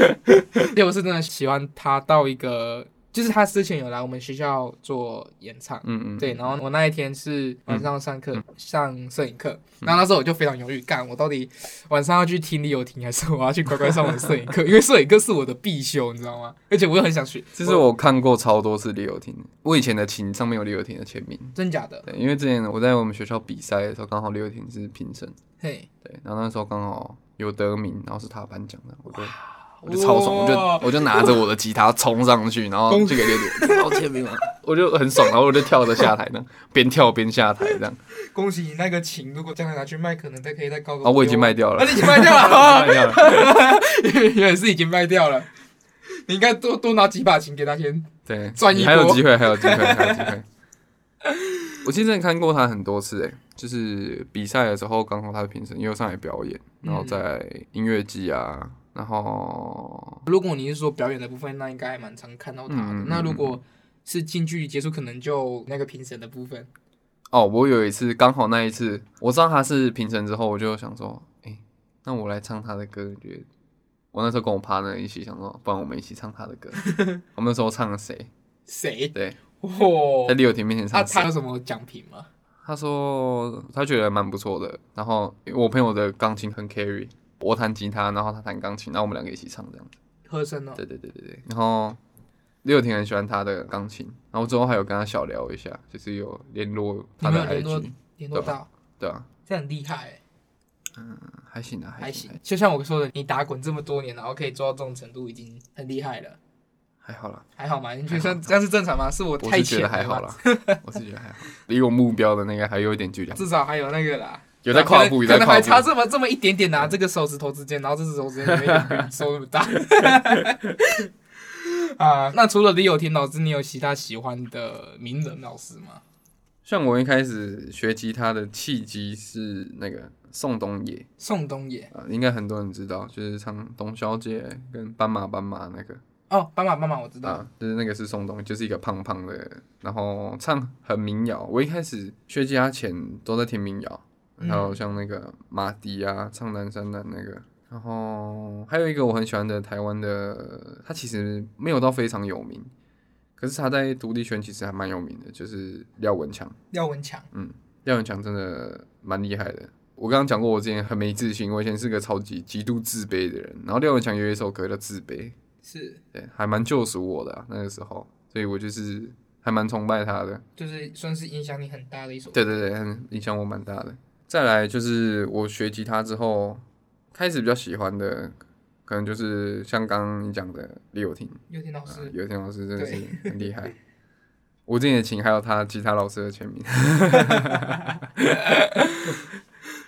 Speaker 1: 因为我是真的喜欢他到一个，就是他之前有来我们学校做演唱。
Speaker 2: 嗯嗯，
Speaker 1: 对，然后我那一天是晚上上课、上摄影课，然后那时候我就非常犹豫，干我到底晚上要去听李友廷，还是我要去乖乖上我的摄影课？ [laughs] 因为摄影课是我的必修，你知道吗？而且我又很想学，
Speaker 2: 其实我看过超多次李友廷，我以前的琴上面有李友廷的签名。
Speaker 1: 真假的，
Speaker 2: 对，因为之前我在我们学校比赛的时候，刚好李友廷是评审，
Speaker 1: 嘿，
Speaker 2: 对，然后那时候刚好有得名，然后是他颁奖的，我就我就超爽，我
Speaker 1: 哇
Speaker 2: 就我就拿着我的吉他冲上去，然后就给李友廷然后签名嘛，我就很爽，然后我就跳着下台呢，边跳边下台这样，
Speaker 1: 恭喜你那个琴，如果将来拿去卖，可能再可以再高个。
Speaker 2: 啊，我已经卖掉
Speaker 1: 啊，
Speaker 2: 了
Speaker 1: 你，已经卖掉了。
Speaker 2: 卖掉了，
Speaker 1: [laughs]
Speaker 2: [laughs]
Speaker 1: 原啊来是已经卖掉了。你应该多多拿几把琴给他先。
Speaker 2: 对，
Speaker 1: 赚一
Speaker 2: 你还有
Speaker 1: 波
Speaker 2: 机会，还有机会，还有机会。 [laughs] 我其实真的看过他很多次，哎，就是比赛的时候刚好他是评审，也有上来表演，然后在音乐季啊，然后
Speaker 1: 如果你是说表演的部分，那应该还蛮常看到他的。
Speaker 2: 嗯嗯
Speaker 1: 那如果是近距离接触，可能就那个评审的部分。
Speaker 2: 哦，我有一次刚好那一次，我知道他是评审之后，我就想说，哎、那我来唱他的歌，你觉得？我那时候跟我 partner 一起想说，不然我们一起唱他的
Speaker 1: [laughs]
Speaker 2: 歌。我们那时候唱了谁？ [laughs]
Speaker 1: 谁？
Speaker 2: 对，
Speaker 1: 哦
Speaker 2: 在，李友廷面前
Speaker 1: 啊他
Speaker 2: 唱谁
Speaker 1: 他？有什么奖品吗？
Speaker 2: 他说他觉得蛮不错的，然后我朋友的钢琴很 carry，我弹吉他，然后他弹钢琴，然后我们两个一起唱这样子。
Speaker 1: 和声哦，
Speaker 2: 对对对对对。然后李友廷很喜欢他的钢琴，然后之后还有跟他小聊一下，就是有联络
Speaker 1: 你
Speaker 2: 他
Speaker 1: 们
Speaker 2: 的
Speaker 1: 有联络
Speaker 2: IG，
Speaker 1: 联络到，
Speaker 2: 对啊，
Speaker 1: 这很厉害欸，
Speaker 2: 还行啊，
Speaker 1: 还
Speaker 2: 行
Speaker 1: 行，。就像我说的，你打滚这么多年，然后可以做到这种程度，已经很厉害了。
Speaker 2: 还好啦。
Speaker 1: 还好吗？你觉得算这样是正常吗？是我
Speaker 2: 我
Speaker 1: 太
Speaker 2: 是觉
Speaker 1: 浅
Speaker 2: 得
Speaker 1: 了
Speaker 2: 还好
Speaker 1: 吗，
Speaker 2: 啦，我是觉得还好，离我目标的那个还有一点距离，
Speaker 1: 至少还有那个啦。
Speaker 2: 有在跨步，有
Speaker 1: 可
Speaker 2: 在
Speaker 1: 能
Speaker 2: 跨
Speaker 1: 还差
Speaker 2: 步。
Speaker 1: 这么这么一点点啊，这个手指头之间，然后这只手指间没有手那么大。 [laughs] 啊，那除了李友廷老师，你有其他喜欢的名人老师吗？
Speaker 2: 像我一开始学吉他的契机是那个宋冬野
Speaker 1: 宋冬野
Speaker 2: 啊、呃应该很多人知道，就是唱《董小姐》跟《斑马斑马》那个
Speaker 1: 哦，斑马斑马我知道，
Speaker 2: 啊，就是那个是宋冬野，就是一个胖胖的，然后唱很民谣。我一开始学吉他前都在听民谣，
Speaker 1: 嗯
Speaker 2: 还有像那个马迪啊，唱《南山南》那个。然后还有一个我很喜欢的台湾的，他其实没有到非常有名，可是他在独立圈其实还蛮有名的，就是廖文强。
Speaker 1: 廖文强，
Speaker 2: 廖文强真的蛮厉害的。我刚刚讲过，我之前很没自信，我以前是个超级极度自卑的人。然后廖文强有一首歌叫《自卑》，
Speaker 1: 是
Speaker 2: 对，还蛮救赎我的、啊、那个时候，所以我就是还蛮崇拜他的。
Speaker 1: 就是算是影响你很大的一首。
Speaker 2: 对对对，很影响我蛮大的。再来就是我学吉他之后，开始比较喜欢的，可能就是像刚刚你讲的李友廷，
Speaker 1: 友廷老
Speaker 2: 啊
Speaker 1: 师，
Speaker 2: 友廷老师真的是
Speaker 1: 对
Speaker 2: 很厉害。吴敬的琴还有他吉他老师
Speaker 1: [laughs]
Speaker 2: 的签名，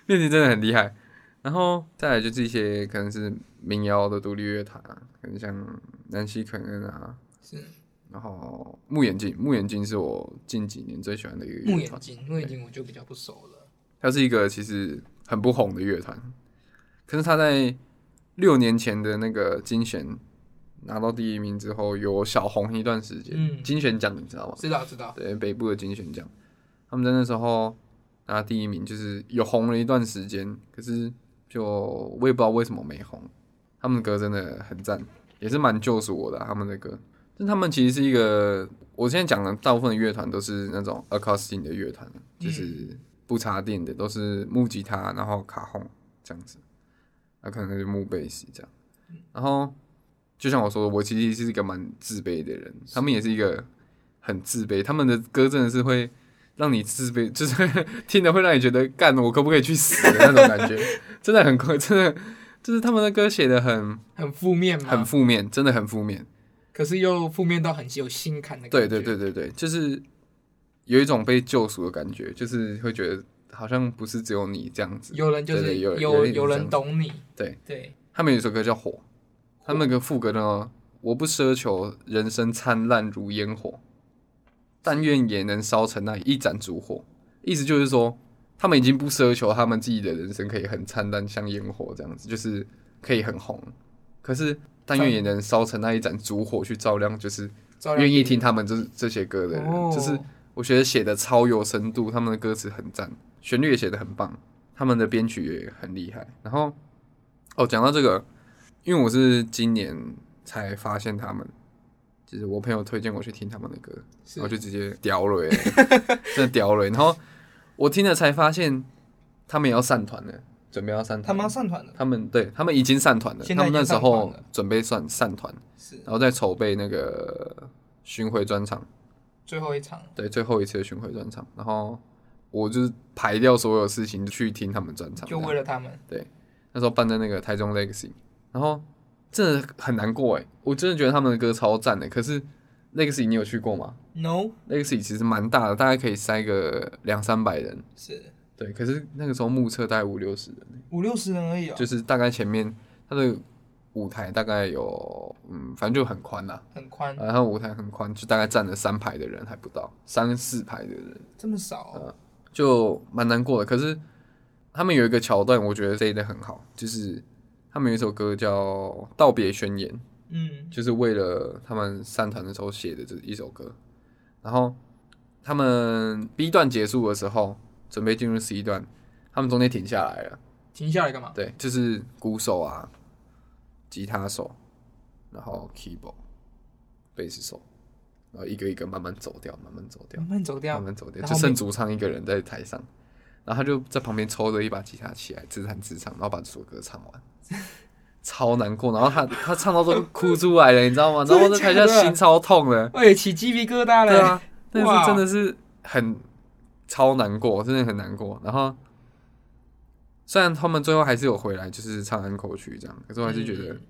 Speaker 2: 练琴真的很厉害。然后再来就是一些可能是民谣的独立乐坛、啊，可能像南希肯恩啊，
Speaker 1: 是
Speaker 2: 然后木眼镜，木眼镜是我近几年最喜欢的一个
Speaker 1: 木
Speaker 2: 乐
Speaker 1: 眼
Speaker 2: 团，
Speaker 1: 睛，木眼睛我就比较不熟了。
Speaker 2: 它是一个其实很不红的乐团，可是他在六年前的那个金选拿到第一名之后，有小红一段时间。
Speaker 1: 嗯
Speaker 2: 金选奖你知道吗？
Speaker 1: 知道知道，
Speaker 2: 对，北部的金选奖，他们在那时候拿第一名，就是有红了一段时间，可是就我也不知道为什么没红。他们的歌真的很赞，也是蛮救赎我的啊、他们的歌。但他们其实是一个，我现在讲的大部分的乐团都是那种 acoustic 的乐团，就是不插电的，都是木吉他，然后卡轰这样子，那、可能就木贝斯这样。然后就像我说的，我其实是一个蛮自卑的人，他们也是一个很自卑，他们的歌真的是会让你自卑，就是 [laughs] 听了会让你觉得干我可不可以去死的那种感觉，真的很快，真的就是他们的歌写的很
Speaker 1: 很负面嘛，
Speaker 2: 很负面，真的很负面。
Speaker 1: 可是又负面到很有心坎的感
Speaker 2: 对
Speaker 1: 觉。
Speaker 2: 对对对对，就是有一种被救赎的感觉，就是会觉得好像不是只有你这样子。
Speaker 1: 有人就
Speaker 2: 对
Speaker 1: 是
Speaker 2: 对有
Speaker 1: 有
Speaker 2: 有
Speaker 1: 有
Speaker 2: 人
Speaker 1: 人懂你，
Speaker 2: 对
Speaker 1: 对，
Speaker 2: 他们有一首歌叫《火》，他们那个副歌呢，我不奢求人生灿烂如烟火，但愿也能烧成那一盏烛火。意思就是说，他们已经不奢求他们自己的人生可以很灿烂，像烟火这样子，就是可以很红。可是，但愿也能烧成那一盏烛火，去照亮就是
Speaker 1: 照亮
Speaker 2: 愿意
Speaker 1: 你
Speaker 2: 听他们这这些歌的人，
Speaker 1: 哦
Speaker 2: 就是我觉得写的超有深度，他们的歌词很赞，旋律也写的很棒，他们的编曲也很厉害。然后，哦，讲到这个，因为我是今年才发现他们，就是我朋友推荐我去听他们的歌，
Speaker 1: 是
Speaker 2: 然后就直接屌了耶， [laughs] 真的屌了耶。然后我听了才发现，他们也要散团了，准备要散团了，
Speaker 1: 他们要上团了，
Speaker 2: 他们对他们已经散团了，
Speaker 1: 现
Speaker 2: 他
Speaker 1: 在
Speaker 2: 们
Speaker 1: 已经
Speaker 2: 那时
Speaker 1: 散
Speaker 2: 候
Speaker 1: 团了
Speaker 2: 准备算散团，
Speaker 1: 是
Speaker 2: 然后再筹备那个巡回专场，
Speaker 1: 最后一场，
Speaker 2: 对，最后一次的巡回专场。然后我就是排掉所有事情去听他们专场，
Speaker 1: 就为了他们，
Speaker 2: 那时候办在那个台中 Legacy，然后真的很难过哎，我真的觉得他们的歌超赞的。可是 Legacy 你有去过吗
Speaker 1: no
Speaker 2: ？Legacy 其实蛮大的，大概可以塞个两三百人，
Speaker 1: 是
Speaker 2: 对。可是那个时候目测大概五六十人。
Speaker 1: 五六十人而已哦，
Speaker 2: 就是大概前面它的舞台大概有，嗯，反正就很宽啦、
Speaker 1: 很宽，
Speaker 2: 然后舞台很宽，就大概站了三排的人还不到，三四排的人，
Speaker 1: 这么少
Speaker 2: 呃
Speaker 1: 哦，
Speaker 2: 就蛮难过的。可是他们有一个桥段，我觉得塞的很好，就是他们有一首歌叫《道别宣言》，
Speaker 1: 嗯，
Speaker 2: 就是为了他们散团的时候写的这一首歌。然后他们 B 段结束的时候，准备进入 C 段，他们中间停下来了。
Speaker 1: 停下来干嘛？
Speaker 2: 对，就是鼓手啊、吉他手，然后 keyboard、贝斯手，然后一个一个慢慢走掉，慢慢走掉
Speaker 1: 慢，慢走掉
Speaker 2: 啊慢，慢走掉，
Speaker 1: 然
Speaker 2: 就
Speaker 1: 后
Speaker 2: 剩
Speaker 1: 每
Speaker 2: 主唱一个人在台上，然后他就在旁边抽着一把吉他起来自弹自唱，然后把这首歌唱完。
Speaker 1: [laughs]
Speaker 2: 超难过，然后他他唱到都 [laughs] 哭出来了，你知道吗？然后我在台
Speaker 1: 真的
Speaker 2: 下
Speaker 1: 假的
Speaker 2: 心超痛的，
Speaker 1: 哎，起鸡皮疙瘩
Speaker 2: 对
Speaker 1: 了，
Speaker 2: 啊，但
Speaker 1: 哇
Speaker 2: 是真的是很超难过，真的很难过。然后虽然他们最后还是有回来，就是唱安口曲这样，可是我还是觉得
Speaker 1: 嗯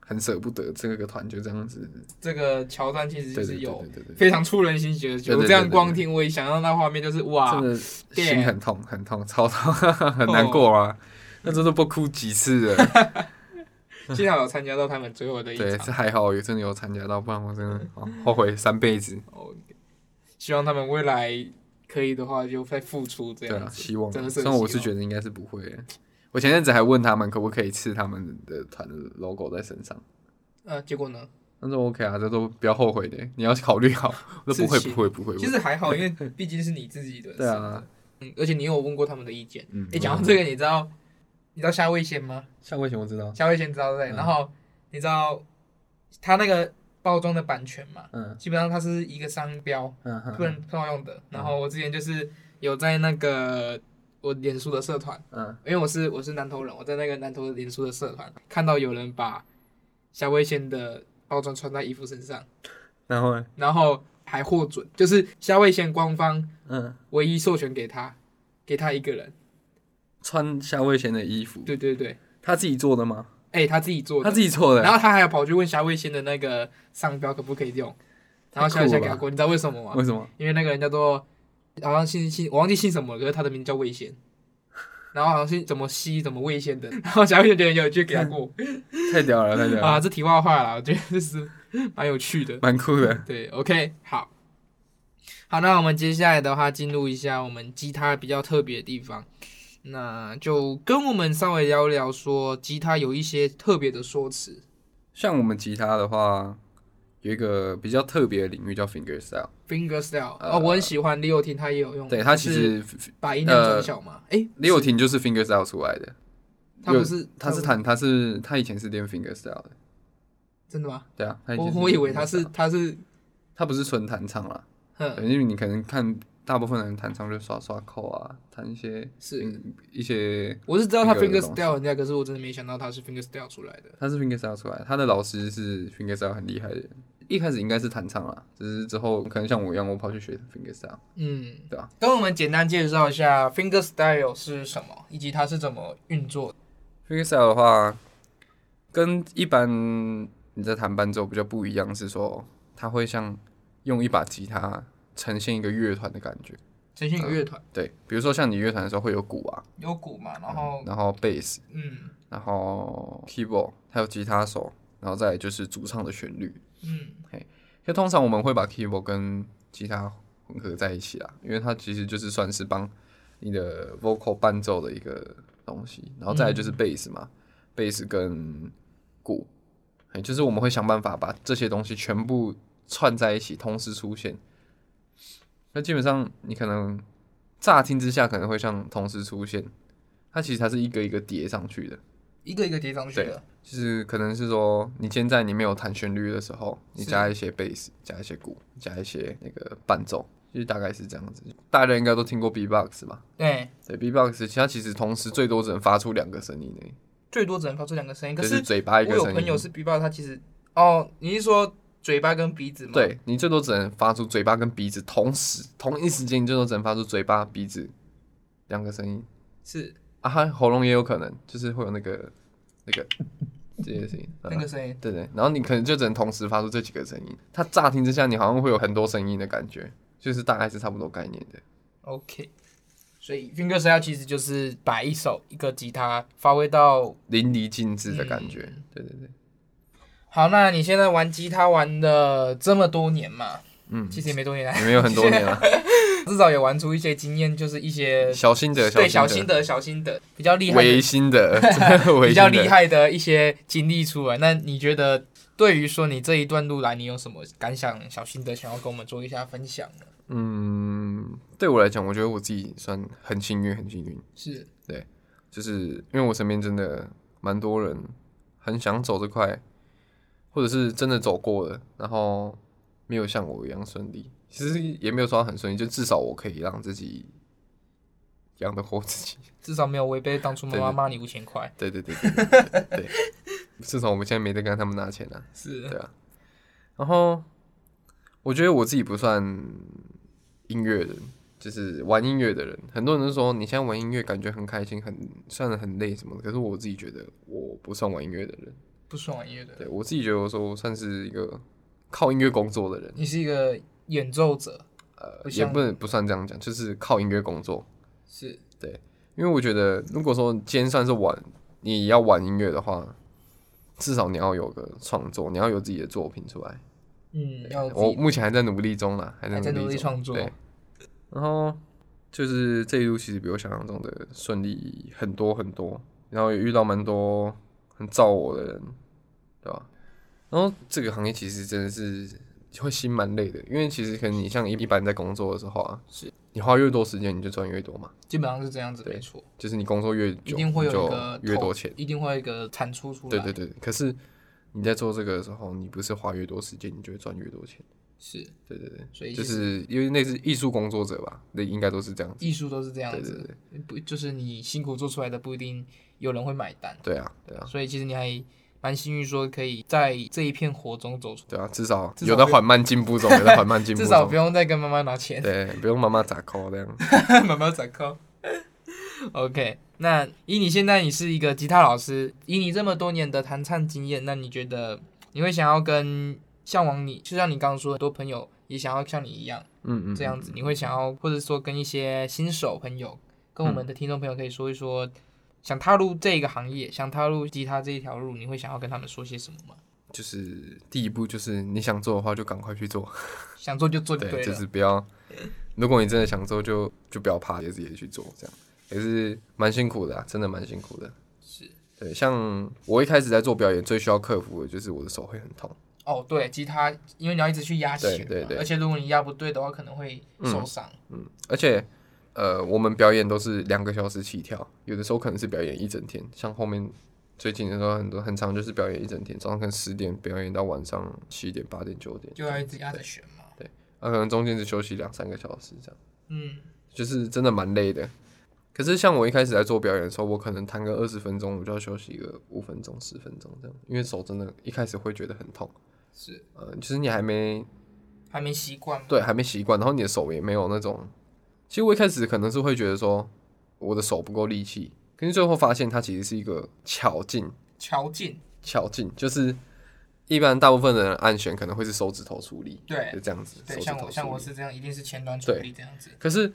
Speaker 2: 很舍不得这个团就这样子。
Speaker 1: 这个桥段其实就
Speaker 2: 对对
Speaker 1: 是
Speaker 2: 对
Speaker 1: 有
Speaker 2: 对对对，
Speaker 1: 非常触人心弦，
Speaker 2: 对对
Speaker 1: 我
Speaker 2: 对
Speaker 1: 这样
Speaker 2: 对
Speaker 1: 光
Speaker 2: 对
Speaker 1: 听我也想到那画面，就是哇
Speaker 2: 真，的心很痛，很痛，超痛，很难
Speaker 1: 哦
Speaker 2: 过啊。那真的不哭几次了，
Speaker 1: 幸好有参加到他们最后的一
Speaker 2: 对，
Speaker 1: 场，
Speaker 2: 这还好有真的有参加到，不然我真
Speaker 1: 嗯
Speaker 2: 的哦后悔三辈子。
Speaker 1: 哦，希望他们未来可以的话就再付出这
Speaker 2: 对
Speaker 1: 样
Speaker 2: 啊，
Speaker 1: 子，
Speaker 2: 希望
Speaker 1: 真
Speaker 2: 啊。
Speaker 1: 的
Speaker 2: 虽
Speaker 1: 是，
Speaker 2: 然我是觉得应该是不会欸。我前阵子还问他们可不可以刺他们的团的 logo 在身上，
Speaker 1: 呃，结果呢？
Speaker 2: 他说 OK 啊，这都不要后悔的，你要考虑好。我说不会
Speaker 1: 事情
Speaker 2: 不会不会，
Speaker 1: 其实还好，因为毕竟是你自己的
Speaker 2: 对啊
Speaker 1: 嗯，而且你有问过他们的意见。
Speaker 2: 嗯
Speaker 1: 诶，讲到这个，你知道你知道夏威贤吗？
Speaker 2: 下位前我知道，
Speaker 1: 夏威贤知道对不对？
Speaker 2: 嗯
Speaker 1: 然后你知道他那个包装的版权嘛？
Speaker 2: 嗯
Speaker 1: 基本上它是一个商标，
Speaker 2: 嗯嗯
Speaker 1: 不能套用的。然后我之前就是有在那个我脸书的社团，
Speaker 2: 嗯
Speaker 1: 因为我是我是南投人，我在那个南投的脸书的社团看到有人把夏威贤的包装穿在衣服身上，
Speaker 2: 然后呢
Speaker 1: 然后还获准，就是夏威贤官方
Speaker 2: 嗯，
Speaker 1: 唯一授权给他，给他一个人。
Speaker 2: 穿夏威贤的衣服，
Speaker 1: 对对对，
Speaker 2: 他自己做的吗？
Speaker 1: 哎、他自己做的，
Speaker 2: 他自己做
Speaker 1: 然
Speaker 2: 的，
Speaker 1: 后他还有跑去问夏威贤的那个商标可不可以用，然后夏威
Speaker 2: 太酷
Speaker 1: 贤
Speaker 2: 了
Speaker 1: 给他过，你知道为什么吗？
Speaker 2: 为什么？
Speaker 1: 因为那个人叫做好像姓姓，我忘记姓什么了，可是他的名字叫魏贤。然后好像是怎么西怎么魏先的， [laughs] 然后夏威贤觉得很有趣，给他过
Speaker 2: 太屌了，太屌
Speaker 1: 啊，
Speaker 2: 了，
Speaker 1: 这题外话啦，我觉得这是蛮有趣的。
Speaker 2: 蛮酷的。
Speaker 1: 对，OK，好，好，那我们接下来的话，进入一下我们吉他比较特别的地方，那就跟我们稍微聊聊说吉他有一些特别的说辞，
Speaker 2: 像我们吉他的话，有一个比较特别的领域叫 finger style，
Speaker 1: finger style，
Speaker 2: 呃
Speaker 1: 哦，我很喜欢李友廷，他也有用，
Speaker 2: 对它
Speaker 1: 就
Speaker 2: 其
Speaker 1: 是
Speaker 2: 实呃
Speaker 1: 把音量转小嘛，诶，
Speaker 2: 李友廷就是 finger style 出来的，
Speaker 1: 他不是
Speaker 2: 他是弹，他是他以前是练 finger style 的，
Speaker 1: 真的吗？
Speaker 2: 对啊，他以前
Speaker 1: 我
Speaker 2: 是
Speaker 1: 我以为
Speaker 2: finger
Speaker 1: 他是
Speaker 2: style
Speaker 1: 他是，
Speaker 2: 他不是纯弹唱啦，对
Speaker 1: 哼，
Speaker 2: 因为你可能看大部分人弹唱就刷刷扣啊，弹一些
Speaker 1: 是
Speaker 2: 嗯一些，
Speaker 1: 我是知道他
Speaker 2: finger
Speaker 1: finger
Speaker 2: 的东西
Speaker 1: style 很厉害，可是我真的没想到他是 finger style 出来的。
Speaker 2: 他是 finger style 出来的，他的老师是 finger style 很厉害的人，一开始应该是弹唱啦，只是之后可能像我一样，我跑去学 finger style，
Speaker 1: 嗯，
Speaker 2: 对啊。
Speaker 1: 跟我们简单介绍一下 finger style 是什么，以及它是怎么运作的。
Speaker 2: freestyle 的话，跟一般你在弹伴奏比较不一样，是说它会像用一把吉他呈现一个乐团的感觉。
Speaker 1: 呈
Speaker 2: 嗯
Speaker 1: 现一个乐团，
Speaker 2: 对，比如说像你乐团的时候会有鼓啊，
Speaker 1: 有鼓嘛，然后
Speaker 2: 然后 bass，
Speaker 1: 嗯
Speaker 2: 然后 keyboard，还有吉他手，然后再来就是主唱的旋律。
Speaker 1: 嗯，
Speaker 2: 就通常我们会把 keyboard 跟吉他混合在一起啦，因为它其实就是算是帮你的 vocal 伴奏的一个东西。然后再来就是 bass 嘛、贝 b a s s 跟鼓，哎，就是我们会想办法把这些东西全部串在一起，同时出现。那基本上你可能乍听之下可能会像同时出现，它其实它是一个一个叠上去的。
Speaker 1: 一个一个叠上去的。
Speaker 2: 就是可能是说，你今天在你没有弹旋律的时候，你加一些贝斯，加一些鼓，加一些那个伴奏，就是大概是这样子。大家应该都听过 B-box 吧？
Speaker 1: 对，
Speaker 2: 对，B-box 其实它其实同时最多只能发出两个声音而已
Speaker 1: 最多只能发出两个声音。可
Speaker 2: 就是
Speaker 1: 是
Speaker 2: 嘴巴
Speaker 1: 我
Speaker 2: 一个
Speaker 1: 有
Speaker 2: 声
Speaker 1: 朋友
Speaker 2: 音。
Speaker 1: 是 B 爆，他其实哦，你是说嘴巴跟鼻子吗？，
Speaker 2: 对你最多只能发出嘴巴跟鼻子同时同一时间，你最多只能发出嘴巴、鼻子两个声音
Speaker 1: 是
Speaker 2: 啊，还喉咙也有可能，就是会有那个那个这些声音。嗯
Speaker 1: 那个声音。
Speaker 2: 对对，然后你可能就只能同时发出这几个声音，它乍听之下你好像会有很多声音的感觉，就是大概是差不多概念的。
Speaker 1: OK，所以 finger style 其实就是把一首一个吉他发挥到
Speaker 2: 淋漓尽致的感觉。
Speaker 1: 嗯
Speaker 2: 对对对，
Speaker 1: 好。那你现在玩吉他玩的这么多年嘛，
Speaker 2: 嗯，
Speaker 1: 其实也没多年啊， [laughs]
Speaker 2: 你们有很多年了，
Speaker 1: 至少也玩出一些经验，就是一些
Speaker 2: 小心得，
Speaker 1: 对小
Speaker 2: 心
Speaker 1: 心
Speaker 2: 得，
Speaker 1: 得、小心得比较厉害
Speaker 2: 违
Speaker 1: 的、
Speaker 2: 心
Speaker 1: [laughs]
Speaker 2: 的，真的
Speaker 1: 比
Speaker 2: 违
Speaker 1: 较
Speaker 2: 心
Speaker 1: 厉
Speaker 2: 的。
Speaker 1: 害的一些经历出来。那你觉得对于说你这一段路来，你有什么感想、小心得想要跟我们做一下分享呢？
Speaker 2: 嗯，对我来讲，我觉得我自己算很幸运，很幸运，
Speaker 1: 是，
Speaker 2: 就是因为我身边真的蛮多人很想走这块，或者是真的走过了，然后没有像我一样顺利。其实也没有说很顺利，就至少我可以让自己养得活自己。 [laughs]
Speaker 1: 至少没有违背当初妈
Speaker 2: 对
Speaker 1: 妈
Speaker 2: 对
Speaker 1: 骂你五千块。
Speaker 2: 对对对对对对对对，至少我们现在没在跟他们拿钱了、
Speaker 1: 是 [laughs]
Speaker 2: 对啊。然后我觉得我自己不算音乐人，就是玩音乐的人。很多人都说你现在玩音乐感觉很开心，很算得很累什么的。可是我自己觉得我不算玩音乐的人，
Speaker 1: 不算玩音乐的人，
Speaker 2: 对我自己觉得我说我算是一个靠音乐工作的人，
Speaker 1: 你是一个演奏者，
Speaker 2: 呃，
Speaker 1: 不
Speaker 2: 也
Speaker 1: 像
Speaker 2: 不能不算这样讲，就是靠音乐工作。
Speaker 1: 是
Speaker 2: 因为我觉得，如果说今天算是玩，你要玩音乐的话，至少你要有个创作，你要有自己的作品出来。
Speaker 1: 嗯，要有自
Speaker 2: 我
Speaker 1: 己
Speaker 2: 目前还在努力中啦，还在
Speaker 1: 还在努
Speaker 2: 力
Speaker 1: 力
Speaker 2: 中
Speaker 1: 创作
Speaker 2: 对，然后就是这一路其实比我想象中的顺利很多很多，然后也遇到蛮多很造我的人，对吧？然后这个行业其实真的是会心蛮累的，因为其实可能你像一一般在工作的时候啊，
Speaker 1: 是
Speaker 2: 你花越多时间你就赚越多嘛，
Speaker 1: 基本上是这样子，
Speaker 2: 对
Speaker 1: 没错，
Speaker 2: 就是你工作越久
Speaker 1: 一定会有
Speaker 2: 你
Speaker 1: 一个
Speaker 2: 就越
Speaker 1: 投
Speaker 2: 多钱，
Speaker 1: 一定会有一个产出出来。
Speaker 2: 对对，对。可是你在做这个的时候，你不是花越多时间，你就会赚越多钱，
Speaker 1: 是，
Speaker 2: 对对对。
Speaker 1: 所以
Speaker 2: 就
Speaker 1: 其实
Speaker 2: 是因为那是艺术工作者吧，那应该都是这样子。
Speaker 1: 艺术都是这样
Speaker 2: 对对
Speaker 1: 子，
Speaker 2: 对，
Speaker 1: 不就是你辛苦做出来的不一定有人会买单，
Speaker 2: 对啊，对啊，
Speaker 1: 所以其实你还蛮幸运，说可以在这一片火中走出，
Speaker 2: 对啊，至少
Speaker 1: 至少
Speaker 2: 有在缓慢进步中，有在缓慢进步
Speaker 1: [laughs] 至
Speaker 2: 中，
Speaker 1: 少不用再跟妈妈拿钱，
Speaker 2: 对，不用妈妈砸扣这样。
Speaker 1: [laughs] 妈妈攒扣。OK，那以你现在你是一个吉他老师，以你这么多年的弹唱经验，那你觉得你会想要跟向往你，就像你刚刚说，很多朋友也想要像你一样。
Speaker 2: 嗯嗯，
Speaker 1: 这样子，你会想要，或者说跟一些新手朋友，跟我们的听众朋友可以说一说，想踏入这个行业，想踏入吉他这一条路，你会想要跟他们说些什么吗？
Speaker 2: 就是第一步，就是你想做的话，就赶快
Speaker 1: [laughs]
Speaker 2: 去做。
Speaker 1: 想做就做就
Speaker 2: 对，
Speaker 1: 了，
Speaker 2: 就是不要，如果你真的想做，就就不要怕，也自己去做，这样也是蛮辛苦的、啊，真的蛮辛苦的。
Speaker 1: 是
Speaker 2: 对，像我一开始在做表演，最需要克服的就是我的手会很痛。
Speaker 1: 哦，对，吉他，因为你要一直去压弦嘛，
Speaker 2: 对嗯对
Speaker 1: 而且如果你压不对的话，可能会受伤。
Speaker 2: 而且呃，我们表演都是两个小时起跳，有的时候可能是表演一整天，像后面最近的时候很多很长就是表演一整天，早上可能十点表演到晚上七点八点九点，
Speaker 1: 就要一直压着弦嘛。
Speaker 2: 啊，可能中间只休息两三个小时这样，
Speaker 1: 嗯，
Speaker 2: 就是真的蛮累的。可是像我一开始在做表演的时候，我可能弹个二十分钟，我就要休息个五分钟、十分钟这样，因为手真的一开始会觉得很痛，
Speaker 1: 是
Speaker 2: 呃，就是你还没
Speaker 1: 还没习惯嘛。
Speaker 2: 对，还没习惯，然后你的手也没有那种。其实我一开始可能是会觉得说我的手不够力气，可是最后发现它其实是一个巧劲，
Speaker 1: 敲劲，
Speaker 2: 巧劲就是一般大部分的人按弦可能会是手指头出力，
Speaker 1: 对
Speaker 2: 就这样子，手
Speaker 1: 对，
Speaker 2: 指
Speaker 1: 像
Speaker 2: 头
Speaker 1: 我像
Speaker 2: 出
Speaker 1: 我
Speaker 2: 力。
Speaker 1: 是这样，一定是前端处
Speaker 2: 对
Speaker 1: 理这样子，
Speaker 2: 可是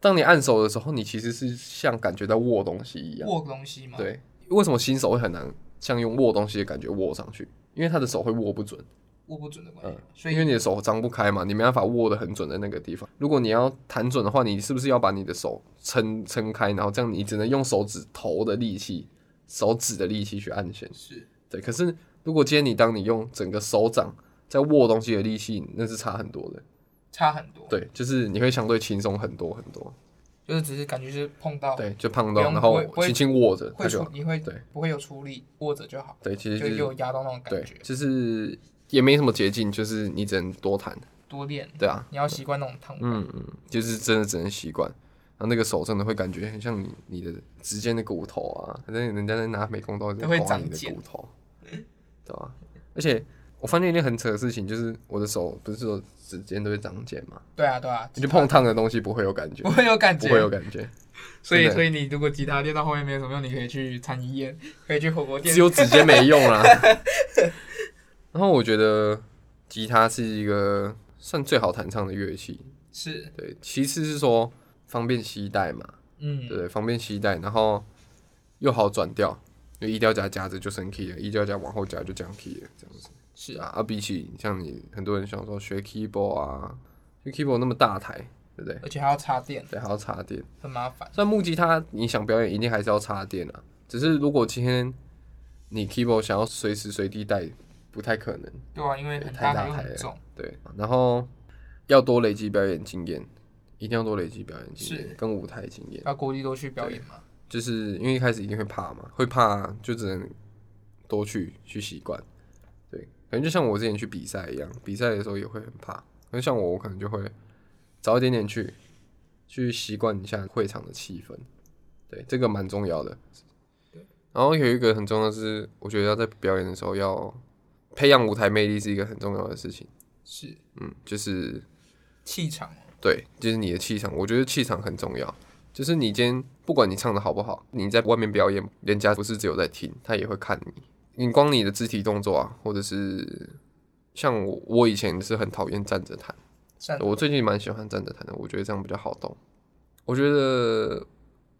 Speaker 2: 当你按手的时候，你其实是像感觉到握东西一样。
Speaker 1: 握东西嘛。，
Speaker 2: 对，为什么新手会很难像用握东西的感觉握上去？因为他的手会握不准。
Speaker 1: 握不准的关系
Speaker 2: 嗯
Speaker 1: 嘛。，所
Speaker 2: 因为
Speaker 1: 以
Speaker 2: 你的手张不开嘛，你没办法握得很准的那个地方。如果你要弹准的话，你是不是要把你的手撑撑开，然后这样你只能用手指头的力气、手指的力气去按弦？
Speaker 1: 是
Speaker 2: 对。可是如果今天你当你用整个手掌在握东西的力气，那是差很多的。
Speaker 1: 差很多。，
Speaker 2: 对，就是你会相对轻松很多很多。
Speaker 1: 就是只是感觉是碰到，
Speaker 2: 对，就碰
Speaker 1: 不
Speaker 2: 到，
Speaker 1: 用
Speaker 2: 然
Speaker 1: 不
Speaker 2: 后
Speaker 1: 会不会
Speaker 2: 轻轻握着，它
Speaker 1: 会
Speaker 2: 就
Speaker 1: 出你会
Speaker 2: 对
Speaker 1: 不会有出力，握着就好，
Speaker 2: 对，其
Speaker 1: 就
Speaker 2: 实
Speaker 1: 有
Speaker 2: 就是
Speaker 1: 压到那种
Speaker 2: 对
Speaker 1: 感觉，。
Speaker 2: 就是也没什么捷径，就是你只能多弹，
Speaker 1: 多练，
Speaker 2: 对啊。
Speaker 1: 你要习惯那种痛。
Speaker 2: 嗯嗯，就是真的只能习惯。然后那个手真的会感觉很像你你的指尖的骨头啊，反正人家在拿美工刀在
Speaker 1: 都会
Speaker 2: 刮你
Speaker 1: 长
Speaker 2: 的
Speaker 1: 茧
Speaker 2: 骨头，对吧、而且我发现一件很扯的事情，就是我的手不是说指尖都会长茧嘛，
Speaker 1: 对啊，对啊，
Speaker 2: 你就碰烫的东西不会有感觉
Speaker 1: [laughs] 不，会有感
Speaker 2: 不
Speaker 1: 觉，
Speaker 2: 会有感觉，
Speaker 1: 所以，
Speaker 2: 真的
Speaker 1: 所以你如果吉他练到后面没有什么用，你可以去餐饮业， [laughs] 可以去火锅店
Speaker 2: 只。有指尖没用啦。然后我觉得吉他是一个算最好弹唱的乐器，
Speaker 1: 是，
Speaker 2: 对，其次是说方便携带嘛，
Speaker 1: 嗯，
Speaker 2: 对，方便携带，然后又好转调，因为一调夹夹着就升 key 了，一调夹往后夹就降 key 了，这样子。
Speaker 1: 是
Speaker 2: 啊，啊，比起像你很多人想说学 keyboard 啊，学 keyboard 那么大台，对不对？
Speaker 1: 而且还要插电，
Speaker 2: 对，还要插电。
Speaker 1: 很麻烦。
Speaker 2: 虽然木吉他你想表演一定还是要插电啊，只是如果今天你 keyboard 想要随时随地带，不太可能。
Speaker 1: 对啊，因为很大
Speaker 2: 太大
Speaker 1: 台又
Speaker 2: 台
Speaker 1: 很
Speaker 2: 了
Speaker 1: 重，
Speaker 2: 对，啊然后要多累积表演经验，一定要多累积表演经
Speaker 1: 是
Speaker 2: 验跟舞台经验。
Speaker 1: 要国际多去表演嘛。
Speaker 2: 就是因为一开始一定会怕嘛，会怕就只能多去去习惯，对，可能就像我之前去比赛一样，比赛的时候也会很怕，可是像我，我可能就会早一点点去，去习惯一下会场的气氛，对，这个蛮重要的。然后有一个很重要的是，我觉得要在表演的时候要培养舞台魅力是一个很重要的事情，
Speaker 1: 是
Speaker 2: 嗯，就是
Speaker 1: 气场嘛，
Speaker 2: 对，就是你的气场，我觉得气场很重要。就是你今天不管你唱的好不好，你在外面表演，人家不是只有在听，他也会看你。你光你的肢体动作啊，或者是像我，我以前是很讨厌站着弹，
Speaker 1: 站
Speaker 2: 我最近蛮喜欢站着弹的，我觉得这样比较好动。我觉得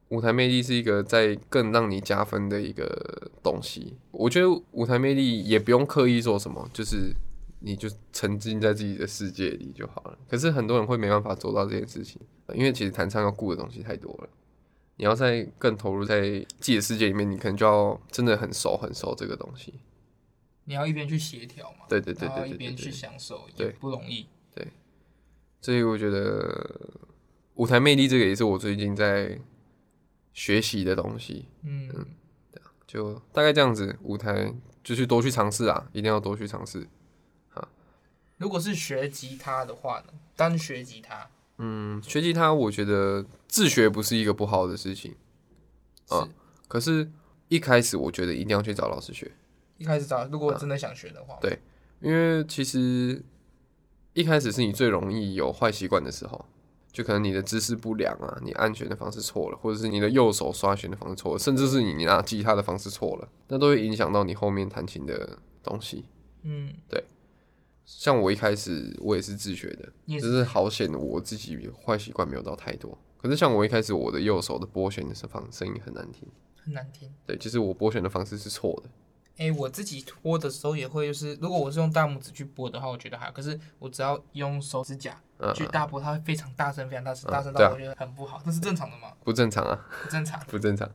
Speaker 2: 舞台魅力是一个在更让你加分的一个东西。我觉得舞台魅力也不用刻意做什么，就是你就沉浸在自己的世界里就好了。可是很多人会没办法做到这件事情，因为其实弹唱要顾的东西太多了。你要在更投入在自己的世界里面，你可能就要真的很熟很熟这个东西。
Speaker 1: 你要一边去协调嘛，
Speaker 2: 对对对
Speaker 1: 然后
Speaker 2: 对
Speaker 1: 一
Speaker 2: 对对
Speaker 1: 边去
Speaker 2: 对。
Speaker 1: 享受也
Speaker 2: 对
Speaker 1: 不容易。
Speaker 2: 所以我觉得舞台魅力这个也是我最近在学习的东西，
Speaker 1: 嗯，
Speaker 2: 就大概这样子。舞台就是多去尝试啊，一定要多去尝试。
Speaker 1: 如果是学吉他的话呢，单学吉他
Speaker 2: 嗯，学吉他我觉得自学不是一个不好的事情，啊
Speaker 1: 是
Speaker 2: 可是一开始我觉得一定要去找老师学，
Speaker 1: 一开始找，如果真的想学的话，
Speaker 2: 嗯对因为其实一开始是你最容易有坏习惯的时候。就可能你的姿势不良啊，你按弦的方式错了，或者是你的右手刷弦的方式错了，甚至是你你拿吉他的方式错了，那都会影响到你后面弹琴的东西。
Speaker 1: 嗯，
Speaker 2: 像我一开始我也是自学的，
Speaker 1: 你也
Speaker 2: 只
Speaker 1: 是
Speaker 2: 是好险我自己坏习惯没有到太多。可是像我一开始我的右手的拨弦的方声音很难听，
Speaker 1: 很难听。
Speaker 2: 对，就是我拨弦的方式是错的，
Speaker 1: 哎、我自己拨的时候也会，就是如果我是用大拇指去拨的话，我觉得还好。可是我只要用手指甲
Speaker 2: 嗯
Speaker 1: 去大拨，它会非常大声，非常大声，
Speaker 2: 嗯
Speaker 1: 大声
Speaker 2: 对
Speaker 1: 到
Speaker 2: 啊
Speaker 1: 我觉得很不好。这是正常的吗？
Speaker 2: 不正常啊，
Speaker 1: 不正常。
Speaker 2: 不正常，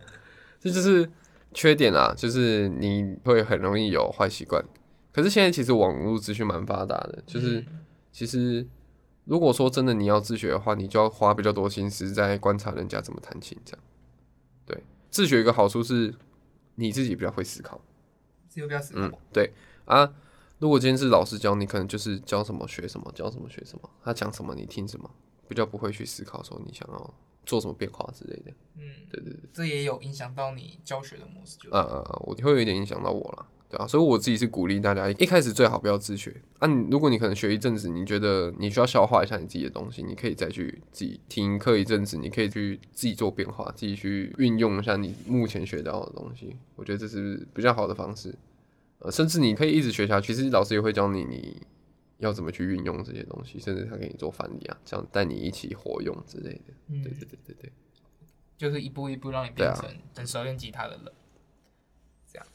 Speaker 2: 这就是缺点啊，就是你会很容易有坏习惯。可是现在其实网络资讯蛮发达的，
Speaker 1: 嗯
Speaker 2: 就是其实如果说真的你要自学的话，你就要花比较多心思在观察人家怎么弹琴这样。对，自学一个好处是你自己比较会思考。
Speaker 1: 自由不要死
Speaker 2: 嗯，对啊。如果今天是老师教你，可能就是教什么学什么，教什么学什么，他讲什么你听什么，比较不会去思考说你想要做什么变化之类的。
Speaker 1: 嗯，
Speaker 2: 对对对，
Speaker 1: 这也有影响到你教学的模式，就
Speaker 2: 啊啊啊，我会有一点影响到我啦，对啊，所以我自己是鼓励大家一开始最好不要自学啊你。如果你可能学一阵子，你觉得你需要消化一下你自己的东西，你可以再去自己听课一阵子，你可以去自己做变化，自己去运用一下你目前学到的东西，我觉得这是比较好的方式。呃，甚至你可以一直学下去，其实老师也会教你你要怎么去运用这些东西，甚至他给你做翻译啊，这样带你一起活用之类的。
Speaker 1: 嗯
Speaker 2: 对对对对对。
Speaker 1: 就是一步一步让你
Speaker 2: 对
Speaker 1: 变
Speaker 2: 啊
Speaker 1: 成很熟练吉他的人，这样。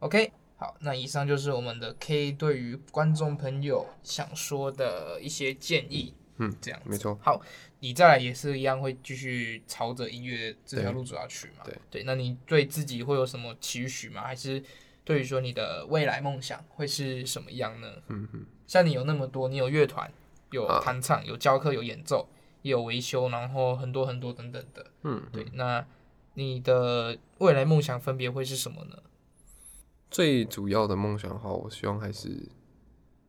Speaker 1: OK，好，那以上就是我们的 K 对于观众朋友想说的一些建议，
Speaker 2: 嗯，
Speaker 1: 这样子
Speaker 2: 没错。
Speaker 1: 好，你再来也是一样会继续朝着音乐这条路走下去嘛？
Speaker 2: 对
Speaker 1: 对，那你对自己会有什么期许吗？还是对于说你的未来梦想会是什么样呢？
Speaker 2: 嗯嗯。
Speaker 1: 像你有那么多，你有乐团，有
Speaker 2: 啊
Speaker 1: 弹唱，有教课，有演奏，也有维修，然后很多很多等等的。
Speaker 2: 嗯，
Speaker 1: 对，那你的未来梦想分别会是什么呢？
Speaker 2: 最主要的梦想的话，我希望还是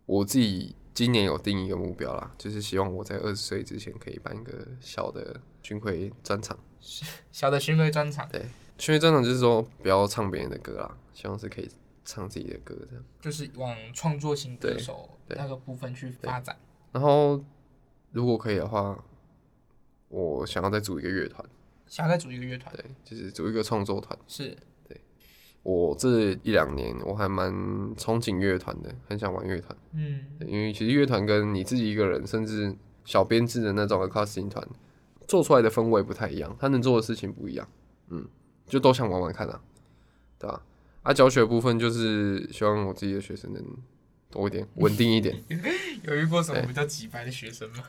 Speaker 2: 我自己今年有定一个目标啦，就是希望我在二十岁之前可以办一个小的巡回专场。
Speaker 1: 小的巡回专场
Speaker 2: 巡回专场就是说不要唱别人的歌啦，希望是可以唱自己的歌这样。
Speaker 1: 就是往创作型歌
Speaker 2: 对
Speaker 1: 手
Speaker 2: 对
Speaker 1: 那个部分去发展。
Speaker 2: 然后如果可以的话，我想要再组一个乐团，
Speaker 1: 想要再组一个乐团，
Speaker 2: 对，就是组一个创作团。
Speaker 1: 是
Speaker 2: 我这一两年我还蛮憧憬乐团的，很想玩乐团。
Speaker 1: 嗯，
Speaker 2: 因为其实乐团跟你自己一个人，甚至小编制的那种 acoustic 团，做出来的氛围不太一样，他能做的事情不一样，嗯，就都想玩玩看啊，对吧、啊？教学的部分就是希望我自己的学生能多一点，稳定一点。
Speaker 1: [laughs] 有遇过什么比较急白的学生吗？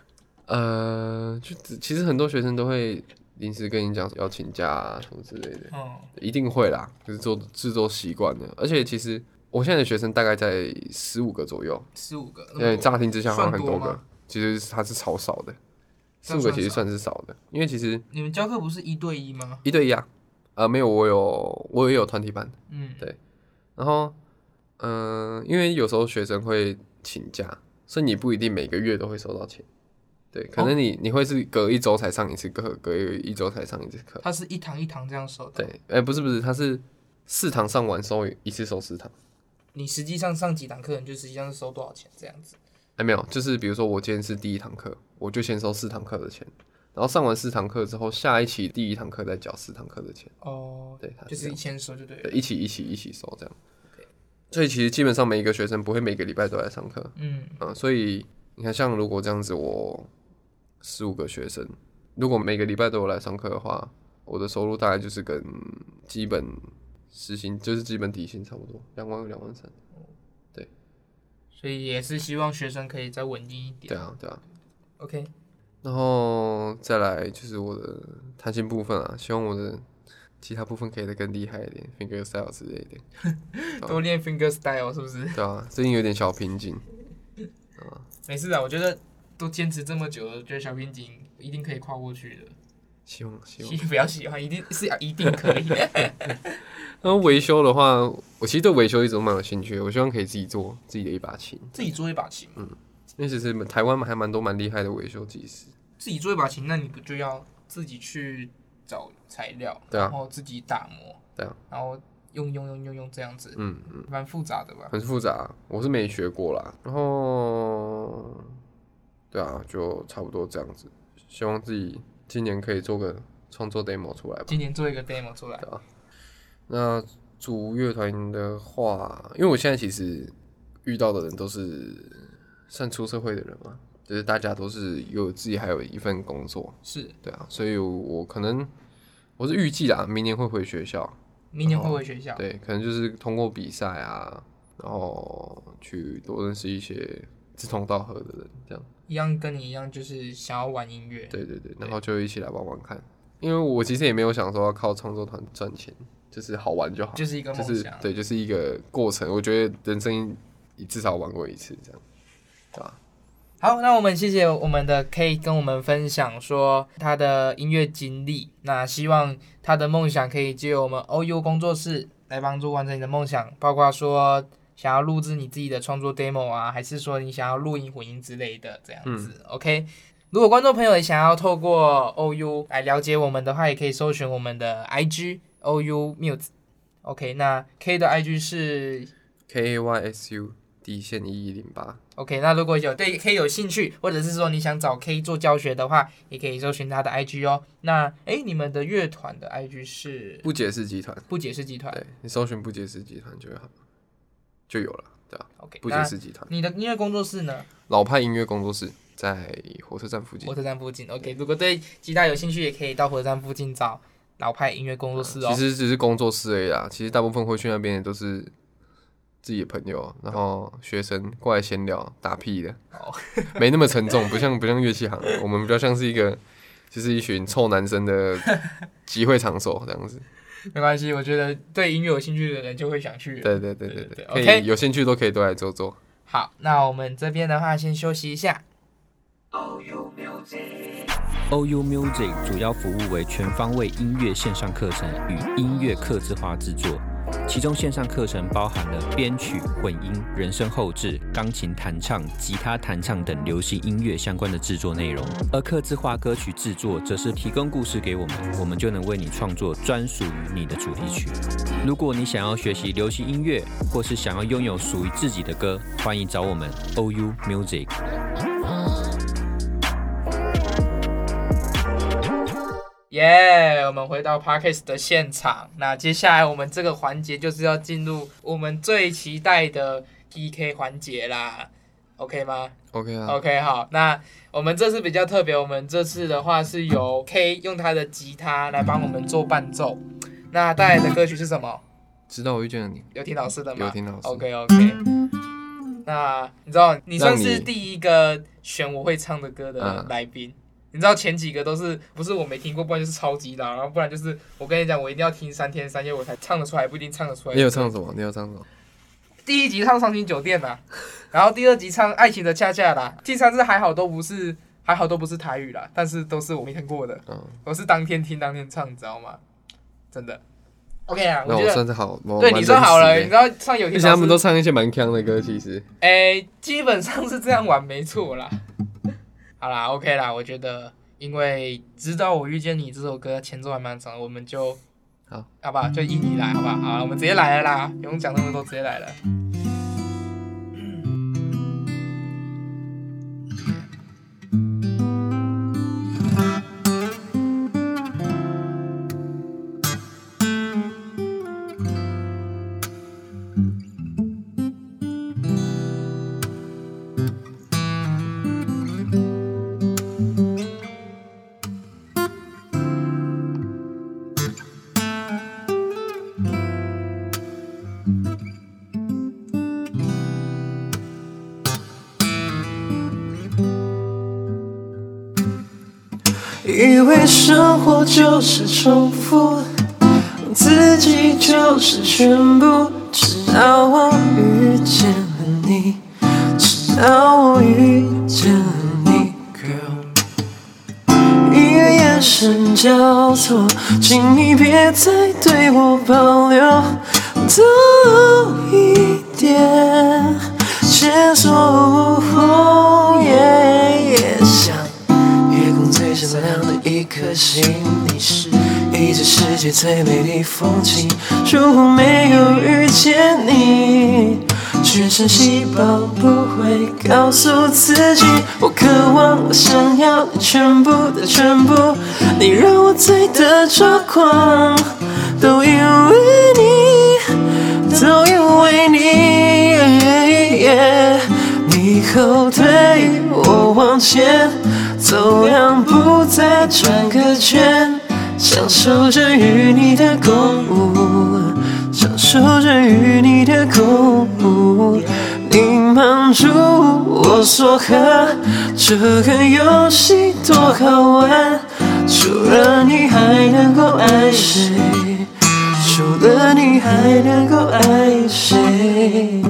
Speaker 2: 呃，就只其实很多学生都会临时跟你讲要请假啊什么之类的，
Speaker 1: 嗯，
Speaker 2: 一定会啦，就是做制作习惯的。而且其实我现在的学生大概在十五个左右，
Speaker 1: 十五个，
Speaker 2: 因为乍听之下好像很
Speaker 1: 算
Speaker 2: 多
Speaker 1: 多
Speaker 2: 个
Speaker 1: 吗，
Speaker 2: 其实它是超少的，
Speaker 1: 这
Speaker 2: 四
Speaker 1: 样
Speaker 2: 五个其实
Speaker 1: 算
Speaker 2: 算是少的，因为其实
Speaker 1: 你们教课不是一对一吗？
Speaker 2: 一对一啊，呃，没有我有我也有团体班，
Speaker 1: 嗯，
Speaker 2: 对然后嗯、呃因为有时候学生会请假，所以你不一定每个月都会收到钱，对，可
Speaker 1: 哦
Speaker 2: 能你、你会是隔一周才上一次课，隔一周才上一次课，
Speaker 1: 他是一堂一堂这样收的。
Speaker 2: 对，哎、不是不是，他是四堂上完收一次收四堂，
Speaker 1: 你实际上上几堂课，你就实际上是收多少钱这样子。
Speaker 2: 哎、没有，就是比如说我今天是第一堂课，我就先收四堂课的钱，然后上完四堂课之后，下一期第一堂课再缴四堂课的钱，
Speaker 1: 哦，
Speaker 2: 对，他
Speaker 1: 就是
Speaker 2: 这
Speaker 1: 是一
Speaker 2: 样
Speaker 1: 千收就对
Speaker 2: 对
Speaker 1: 了。
Speaker 2: 一起一起一起收这样。所以其实基本上每一个学生不会每个礼拜都来上课，
Speaker 1: 嗯，
Speaker 2: 嗯、所以你看，像如果这样子，我十五个学生，如果每个礼拜都有来上课的话，我的收入大概就是跟基本时薪就是基本底薪差不多，两万两万三。
Speaker 1: 所以也是希望学生可以再稳定一点。
Speaker 2: 对啊，对啊。
Speaker 1: OK，
Speaker 2: 然后再来就是我的弹琴部分啊，希望我的吉他部分可以再更厉害一点，finger style 之类一点。啊
Speaker 1: 多练 finger style 是不是？
Speaker 2: 对啊，最近有点小瓶颈。
Speaker 1: 没事啊的，我觉得都坚持这么久了，觉得小瓶颈一定可以跨过去的。
Speaker 2: 希望希
Speaker 1: [laughs]
Speaker 2: 望
Speaker 1: 喜。不要喜欢，一定是要一定
Speaker 2: [laughs]
Speaker 1: 可以。
Speaker 2: 然后维修的话，我其实对维修一直都蛮有兴趣的，我希望可以自己做自己的一把琴，
Speaker 1: 自己做一把琴嘛，
Speaker 2: 因为其实台湾还蛮多蛮厉害的维修技师。
Speaker 1: 自己做一把琴，那你不就要自己去找材料，
Speaker 2: 对啊
Speaker 1: 然后自己打磨，
Speaker 2: 对啊，
Speaker 1: 然后用用用用用这样子，
Speaker 2: 嗯嗯，
Speaker 1: 蛮复杂的吧？
Speaker 2: 很复杂，我是没学过啦。然后，对啊，就差不多这样子。希望自己今年可以做个创作 demo 出来吧。
Speaker 1: 今年做一个 demo 出
Speaker 2: 啊
Speaker 1: 来，
Speaker 2: 那组乐团的话，因为我现在其实遇到的人都是算出社会的人嘛，就是大家都是有自己还有一份工作，
Speaker 1: 是
Speaker 2: 对啊，所以我可能我是预计啦，明年会回学校，
Speaker 1: 明年会回学校，
Speaker 2: 对，可能就是通过比赛啊，然后去多认识一些志同道合的人，这样，
Speaker 1: 一样跟你一样，就是想要玩音乐，
Speaker 2: 对对对，然后就一起来玩玩看，因为我其实也没有想说要靠创作团赚钱，就是好玩就好，
Speaker 1: 就是一个
Speaker 2: 就
Speaker 1: 梦
Speaker 2: 是
Speaker 1: 想。
Speaker 2: 对，就是一个过程。我觉得人生至少玩过一次这样，对吧、
Speaker 1: 好，那我们谢谢我们的 K 跟我们分享说他的音乐经历，那希望他的梦想可以借由我们 OU 工作室来帮助完成你的梦想，包括说想要录制你自己的创作 demo 啊，还是说你想要录音混音之类的这样子。OK，如果观众朋友也想要透过 OU 来了解我们的话，也可以搜寻我们的 IG OU Muse。OK，那 K 的 IG 是
Speaker 2: k A Y S U 底线一一零八，
Speaker 1: OK，那如果有对 K 有兴趣，或者是说你想找 K 做教学的话，也可以搜寻他的 IG 哦。那哎，诶你们的乐团的 IG 是
Speaker 2: 不解释集团，
Speaker 1: 不解释集团
Speaker 2: 对你搜寻不解释集团就好，就有了，对吧、
Speaker 1: ？OK，
Speaker 2: 不解
Speaker 1: 那
Speaker 2: 释集团，
Speaker 1: 你的音乐工作室呢？
Speaker 2: 老派音乐工作室在火车站附近
Speaker 1: 火。车站附近。OK，如果对吉他有兴趣，也可以到火车站附近找老派音乐工作室哦。
Speaker 2: 呃其实只是工作室而已啦。其实大部分会去那边的都是自己的朋友，然后学生过来闲聊打屁的，
Speaker 1: 哦
Speaker 2: 没那么沉重，不像不像乐器行，我们比较像是一个就是一群臭男生的
Speaker 1: [laughs]
Speaker 2: 集会场所这样子。
Speaker 1: 没关系，我觉得对音乐有兴趣的人就会想去。
Speaker 2: 对对对对
Speaker 1: 对
Speaker 2: 对，可
Speaker 1: 对
Speaker 2: 以
Speaker 1: OK
Speaker 2: 有兴趣都可以都来走走。
Speaker 1: 好，那我们这边的话先休息一下。
Speaker 4: OU Music 主要服务为全方位音乐线上课程与音乐客制化制作，其中线上课程包含了编曲、混音、人声后置、钢琴弹唱、吉他弹唱等流行音乐相关的制作内容，而客制化歌曲制作则是提供故事给我们，我们就能为你创作专属于你的主题曲。如果你想要学习流行音乐，或是想要拥有属于自己的歌，欢迎找我们 OU Music。
Speaker 1: 耶我们回到 Parkes 的现场。那接下来我们这个环节就是要进入我们最期待的 PK 环节啦，OK 吗、
Speaker 2: OK 啊
Speaker 1: o k 好。那我们这次比较特别，我们这次的话是由 K 用他的吉他来帮我们做伴奏。那带来的歌曲是什么？
Speaker 2: 知道我遇见了你，
Speaker 1: 有听老师的吗？
Speaker 2: 有听老师
Speaker 1: OK OK。那你知道你算是
Speaker 2: 让你
Speaker 1: 第一个选我会唱的歌的
Speaker 2: 嗯
Speaker 1: 来宾。你知道前几个都是不是我没听过，不然就是超级老，然后不然就是我跟你讲，我一定要听三天三夜我才唱得出来，不一定唱得出来。
Speaker 2: 你有唱什么？你有唱什么？
Speaker 1: 第一集唱《伤心酒店》啦，然后第二集唱《爱情的恰恰》啦，第三次还好都不是还好都不是台语啦，但是都是我没听过的，
Speaker 2: 嗯，
Speaker 1: 我是当天听当天唱，你知道吗？真的。OK 啊，我
Speaker 2: 那
Speaker 1: 觉
Speaker 2: 我
Speaker 1: 得
Speaker 2: 算是好，我
Speaker 1: 对
Speaker 2: 蛮
Speaker 1: 你说好了，
Speaker 2: 真
Speaker 1: 你
Speaker 2: 实
Speaker 1: 知
Speaker 2: 的
Speaker 1: 道唱有
Speaker 2: 而
Speaker 1: 听
Speaker 2: 且
Speaker 1: 老师
Speaker 2: 他们都唱一些蛮强的歌，其实
Speaker 1: 哎、基本上是这样玩，没错啦。 [laughs] 好啦，OK 啦，我觉得，因为直到我遇见你这首歌前奏还蛮长的，我们就
Speaker 2: 好，
Speaker 1: 好吧，就依你来，好吧，好啦，我们直接来了啦，不用讲那么多，直接来了。
Speaker 3: 以为生活就是重复，自己就是全部。直到我遇见了你，直到我遇见了你，girl。一个眼神交错，请你别再对我保留，多一点前所未后，也也想。月光最闪亮的一颗星，你是一直世界最美丽风景。如果没有遇见你，全身细胞不会告诉自己，我渴望，我想要你全部的全部。你让我醉得抓狂，都因为你，都因为你。你后退，我往前，走两步再转个圈，享受着与你的共舞，享受着与你的共舞。你满足我所渴，这个游戏多好玩，除了你还能够爱谁？除了你还能够爱谁？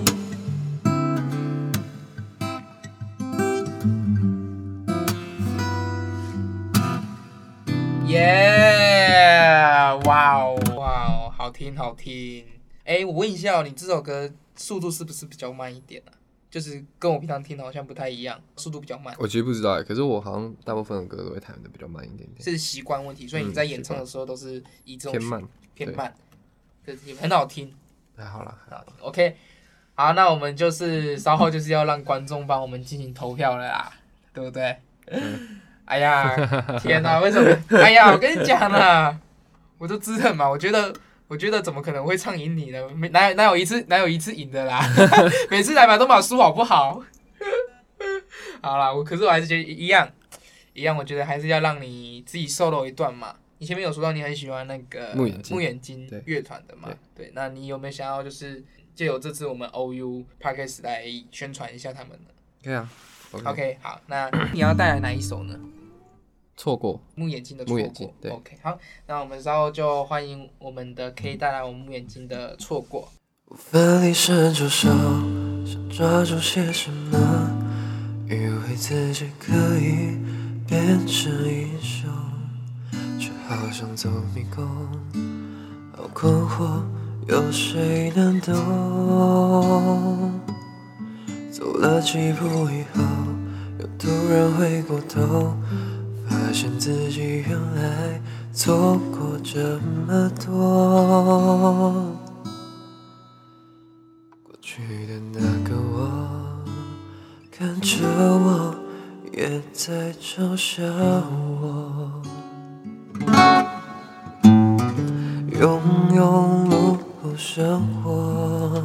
Speaker 1: 听，哦好听。哎、我问一下哦、你这首歌速度是不是比较慢一点啊？就是跟我平常听的好像不太一样，速度比较慢，
Speaker 2: 我其实不知道哎、可是我好像大部分的歌都会弹的比较慢一点点，
Speaker 1: 是习惯问题。所以你
Speaker 2: 嗯
Speaker 1: 在
Speaker 2: 习
Speaker 1: 演唱
Speaker 2: 惯
Speaker 1: 的时候都是以这种
Speaker 2: 偏
Speaker 1: 曲
Speaker 2: 慢。啊
Speaker 1: 偏
Speaker 2: 对
Speaker 1: 慢，可是也很好听。
Speaker 2: 还好啦，还好
Speaker 1: 好 OK，好，那我们就是稍后就是要让观众帮我们进行投票了啦，对不对？
Speaker 2: 嗯
Speaker 1: 哎
Speaker 2: [laughs]
Speaker 1: 呀，天哪、为什么？哎呀，我跟你讲啦，我就自认嘛，我觉得。我觉得怎么可能会唱赢你呢？没哪有哪有一次哪有一次赢的
Speaker 2: [laughs]
Speaker 1: 啦，每次来嘛都把输好不好？ [laughs] 好啦，我可是我还是觉得一样一样，我觉得还是要让你自己 solo 一段嘛。你前面有说到你很喜欢那个
Speaker 2: 木眼睛
Speaker 1: 木眼睛
Speaker 2: 对
Speaker 1: 乐团的嘛？对，那你有没有想要就是借由这次我们 OU Podcast 来宣传一下他们呢
Speaker 2: 可以啊。OK，,
Speaker 1: ？OK，好，那你要带来哪一首呢？
Speaker 2: 错过
Speaker 1: 木眼睛的
Speaker 2: 木
Speaker 1: 错
Speaker 2: 眼睛
Speaker 1: 过。
Speaker 2: 对
Speaker 1: OK，好，那我们稍后就欢迎我们的 K 带来我们木眼睛的错过。
Speaker 3: 分离伸出手，想抓住些什么，以为自己可以变成英雄，却好像走迷宫，好困惑，有谁能懂？走了几步以后，又突然回过头，发现自己原来错过这么多。过去的那个我，看着我，也在嘲笑我。庸庸碌碌生活，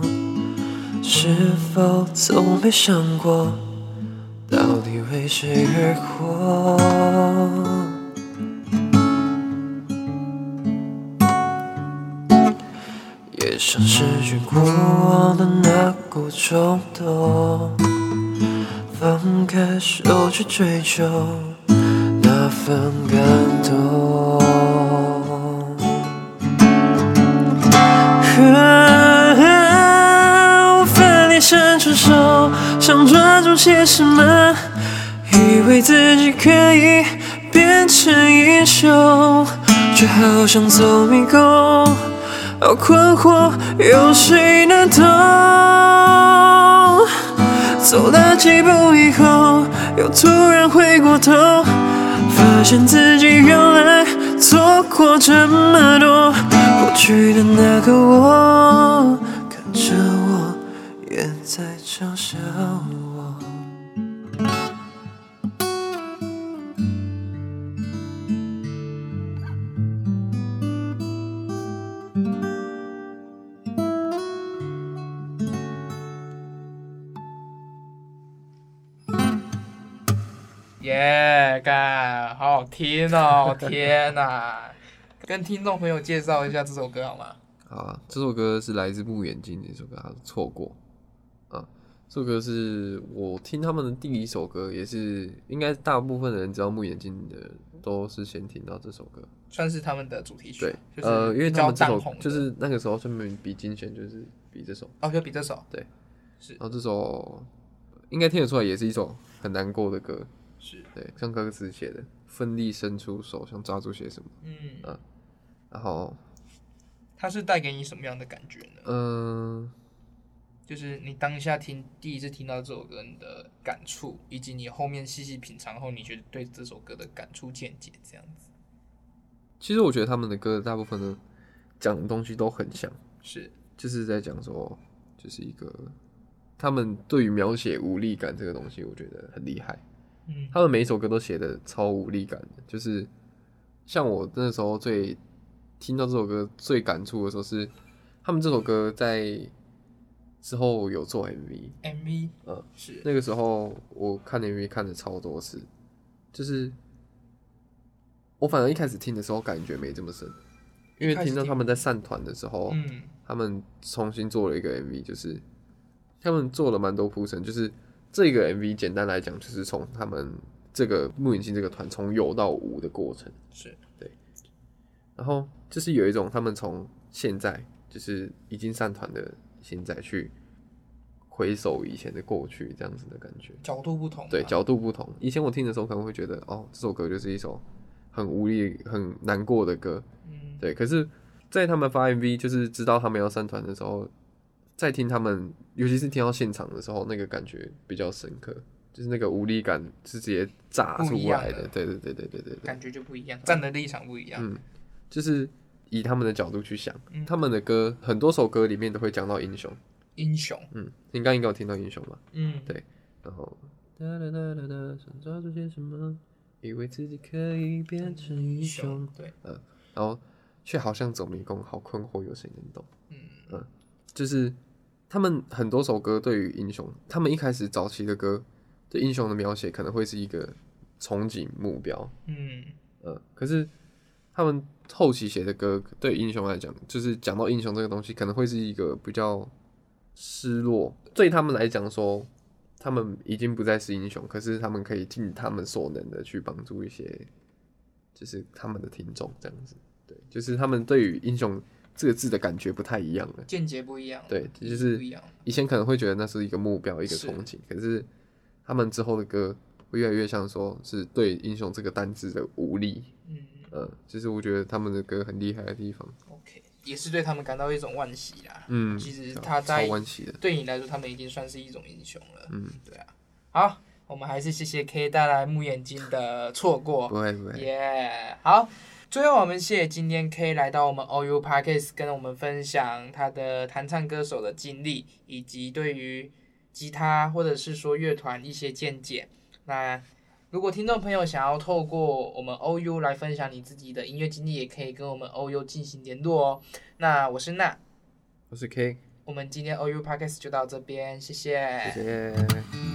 Speaker 3: 是否从没想过，到底为谁而活？也想失去过往的那股冲动，放开手去追求那份感动。我奋力伸出手，想抓住些什么，以为自己可以变成英雄，却好像走迷宫，好困惑，有谁能懂？走了几步以后，又突然回过头，发现自己原来错过这么多。过去的那个我，看着我，也在嘲笑我。
Speaker 1: 耶，干，好好听
Speaker 2: [laughs]
Speaker 1: 哦！天哪，跟听众朋友介绍一下这首歌好吗？
Speaker 2: 好啊。这首歌是来自木眼睛的一首歌，它是错过。啊，这首歌是我听他们的第一首歌，也是应该大部分的人知道木眼睛的，都是先听到这首歌。
Speaker 1: 算是他们的主题曲，
Speaker 2: 对，
Speaker 1: 就是
Speaker 2: 呃，因为
Speaker 1: 比
Speaker 2: 他
Speaker 1: 较
Speaker 2: 们这
Speaker 1: 当
Speaker 2: 首
Speaker 1: 红的，
Speaker 2: 就是那个时候专门比金选，就是比这首，
Speaker 1: 哦，就比这首
Speaker 2: 然后这首应该听得出来，也是一首很难过的歌。
Speaker 1: 是，
Speaker 2: 对，像歌词写的，奋力伸出手，想抓住些什么。
Speaker 1: 嗯，
Speaker 2: 然后，
Speaker 1: 它是带给你什么样的感觉呢？
Speaker 2: 嗯、
Speaker 1: 就是你当下听第一次听到这首歌，你的感触，以及你后面细细品尝后，你觉得对这首歌的感触见解，这样子
Speaker 2: 其实我觉得他们的歌大部分呢讲的东西都很像，
Speaker 1: 是
Speaker 2: 就是在讲说，就是一个他们对于描写无力感这个东西，我觉得很厉害。
Speaker 1: 嗯
Speaker 2: 他们每一首歌都写的超无力感的，就是像我那时候最听到这首歌最感触的时候是，他们这首歌在之后有做 MV，
Speaker 1: MV，
Speaker 2: 嗯，
Speaker 1: 是
Speaker 2: 那个时候我看 MV 看了超多次，就是我反而一开始听的时候感觉没这么深，因为
Speaker 1: 一开始
Speaker 2: 听到
Speaker 1: 听
Speaker 2: 他们在散团的时候，
Speaker 1: 嗯
Speaker 2: 他们重新做了一个 MV，就是他们做了蛮多铺陈，就是这个 MV 简单来讲就是从他们这个木影星这个团从有到无的过程，
Speaker 1: 是
Speaker 2: 然后就是有一种他们从现在就是已经散团的现在去回首以前的过去这样子的感觉。
Speaker 1: 角度不同嘛，啊
Speaker 2: 对，角度不同。以前我听的时候可能会觉得，哦，这首歌就是一首很无力、很难过的歌，
Speaker 1: 嗯
Speaker 2: 对。可是在他们发 MV 就是知道他们要三团的时候，再听他们，尤其是听到现场的时候，那个感觉比较深刻，就是那个无力感是直接炸
Speaker 1: 不
Speaker 2: 出
Speaker 1: 一样
Speaker 2: 来的
Speaker 1: 的。
Speaker 2: 对对对对对对对，
Speaker 1: 感觉就不一样，站的立场不一样。
Speaker 2: 嗯，就是以他们的角度去想，
Speaker 1: 嗯
Speaker 2: 他们的歌很多首歌里面都会讲到英雄，
Speaker 1: 英雄，
Speaker 2: 嗯，你刚应该有听到英雄吧？
Speaker 1: 嗯，
Speaker 2: 对然后。哒哒哒哒哒，想抓住些什么？以为自己可以变成英
Speaker 1: 英
Speaker 2: 雄
Speaker 1: 雄，，对，
Speaker 2: 然后却好像走迷宫，好困惑，有谁能懂？
Speaker 1: 嗯
Speaker 2: 就是他们很多首歌对于英雄，他们一开始早期的歌对英雄的描写可能会是一个憧憬目标，
Speaker 1: 嗯，
Speaker 2: 呃，可是他们后期写的歌对英雄来讲，就是讲到英雄这个东西，可能会是一个比较失落，对他们来讲说。他们已经不再是英雄，可是他们可以尽他们所能的去帮助一些，就是他们的听众这样子。对，就是他们对于英雄这个字的感觉不太一样了。
Speaker 1: 见解不一样，
Speaker 2: 对这就
Speaker 1: 意义
Speaker 2: 是
Speaker 1: 不一样。
Speaker 2: 以前可能会觉得那是一个目标，一个
Speaker 1: 是
Speaker 2: 憧憬，可是他们之后的歌会越来越像说是对英雄这个单字的无力。
Speaker 1: 嗯
Speaker 2: 呃，就是我觉得他们的歌很厉害的地方。
Speaker 1: ，OK，也是对他们感到一种惋惜啦。
Speaker 2: 嗯，
Speaker 1: 其实
Speaker 2: 超
Speaker 1: 他在
Speaker 2: 超欢喜的。
Speaker 1: 对你来说，他们已经算是一种英雄了。
Speaker 2: 嗯，
Speaker 1: 对啊。好，我们还是谢谢 K 带来木眼睛的错过
Speaker 2: 不。会不会，
Speaker 1: 耶好，最后我们谢谢今天 K 来到我们 OU Parkes 跟我们分享他的弹唱歌手的经历，以及对于吉他或者是说乐团一些见解。那如果听众朋友想要透过我们 OU 来分享你自己的音乐经历，也可以跟我们 OU 进行联络哦。那我是娜，
Speaker 2: 我是 K，
Speaker 1: 我们今天 OU Parkes 就到这边，谢谢
Speaker 2: 谢谢。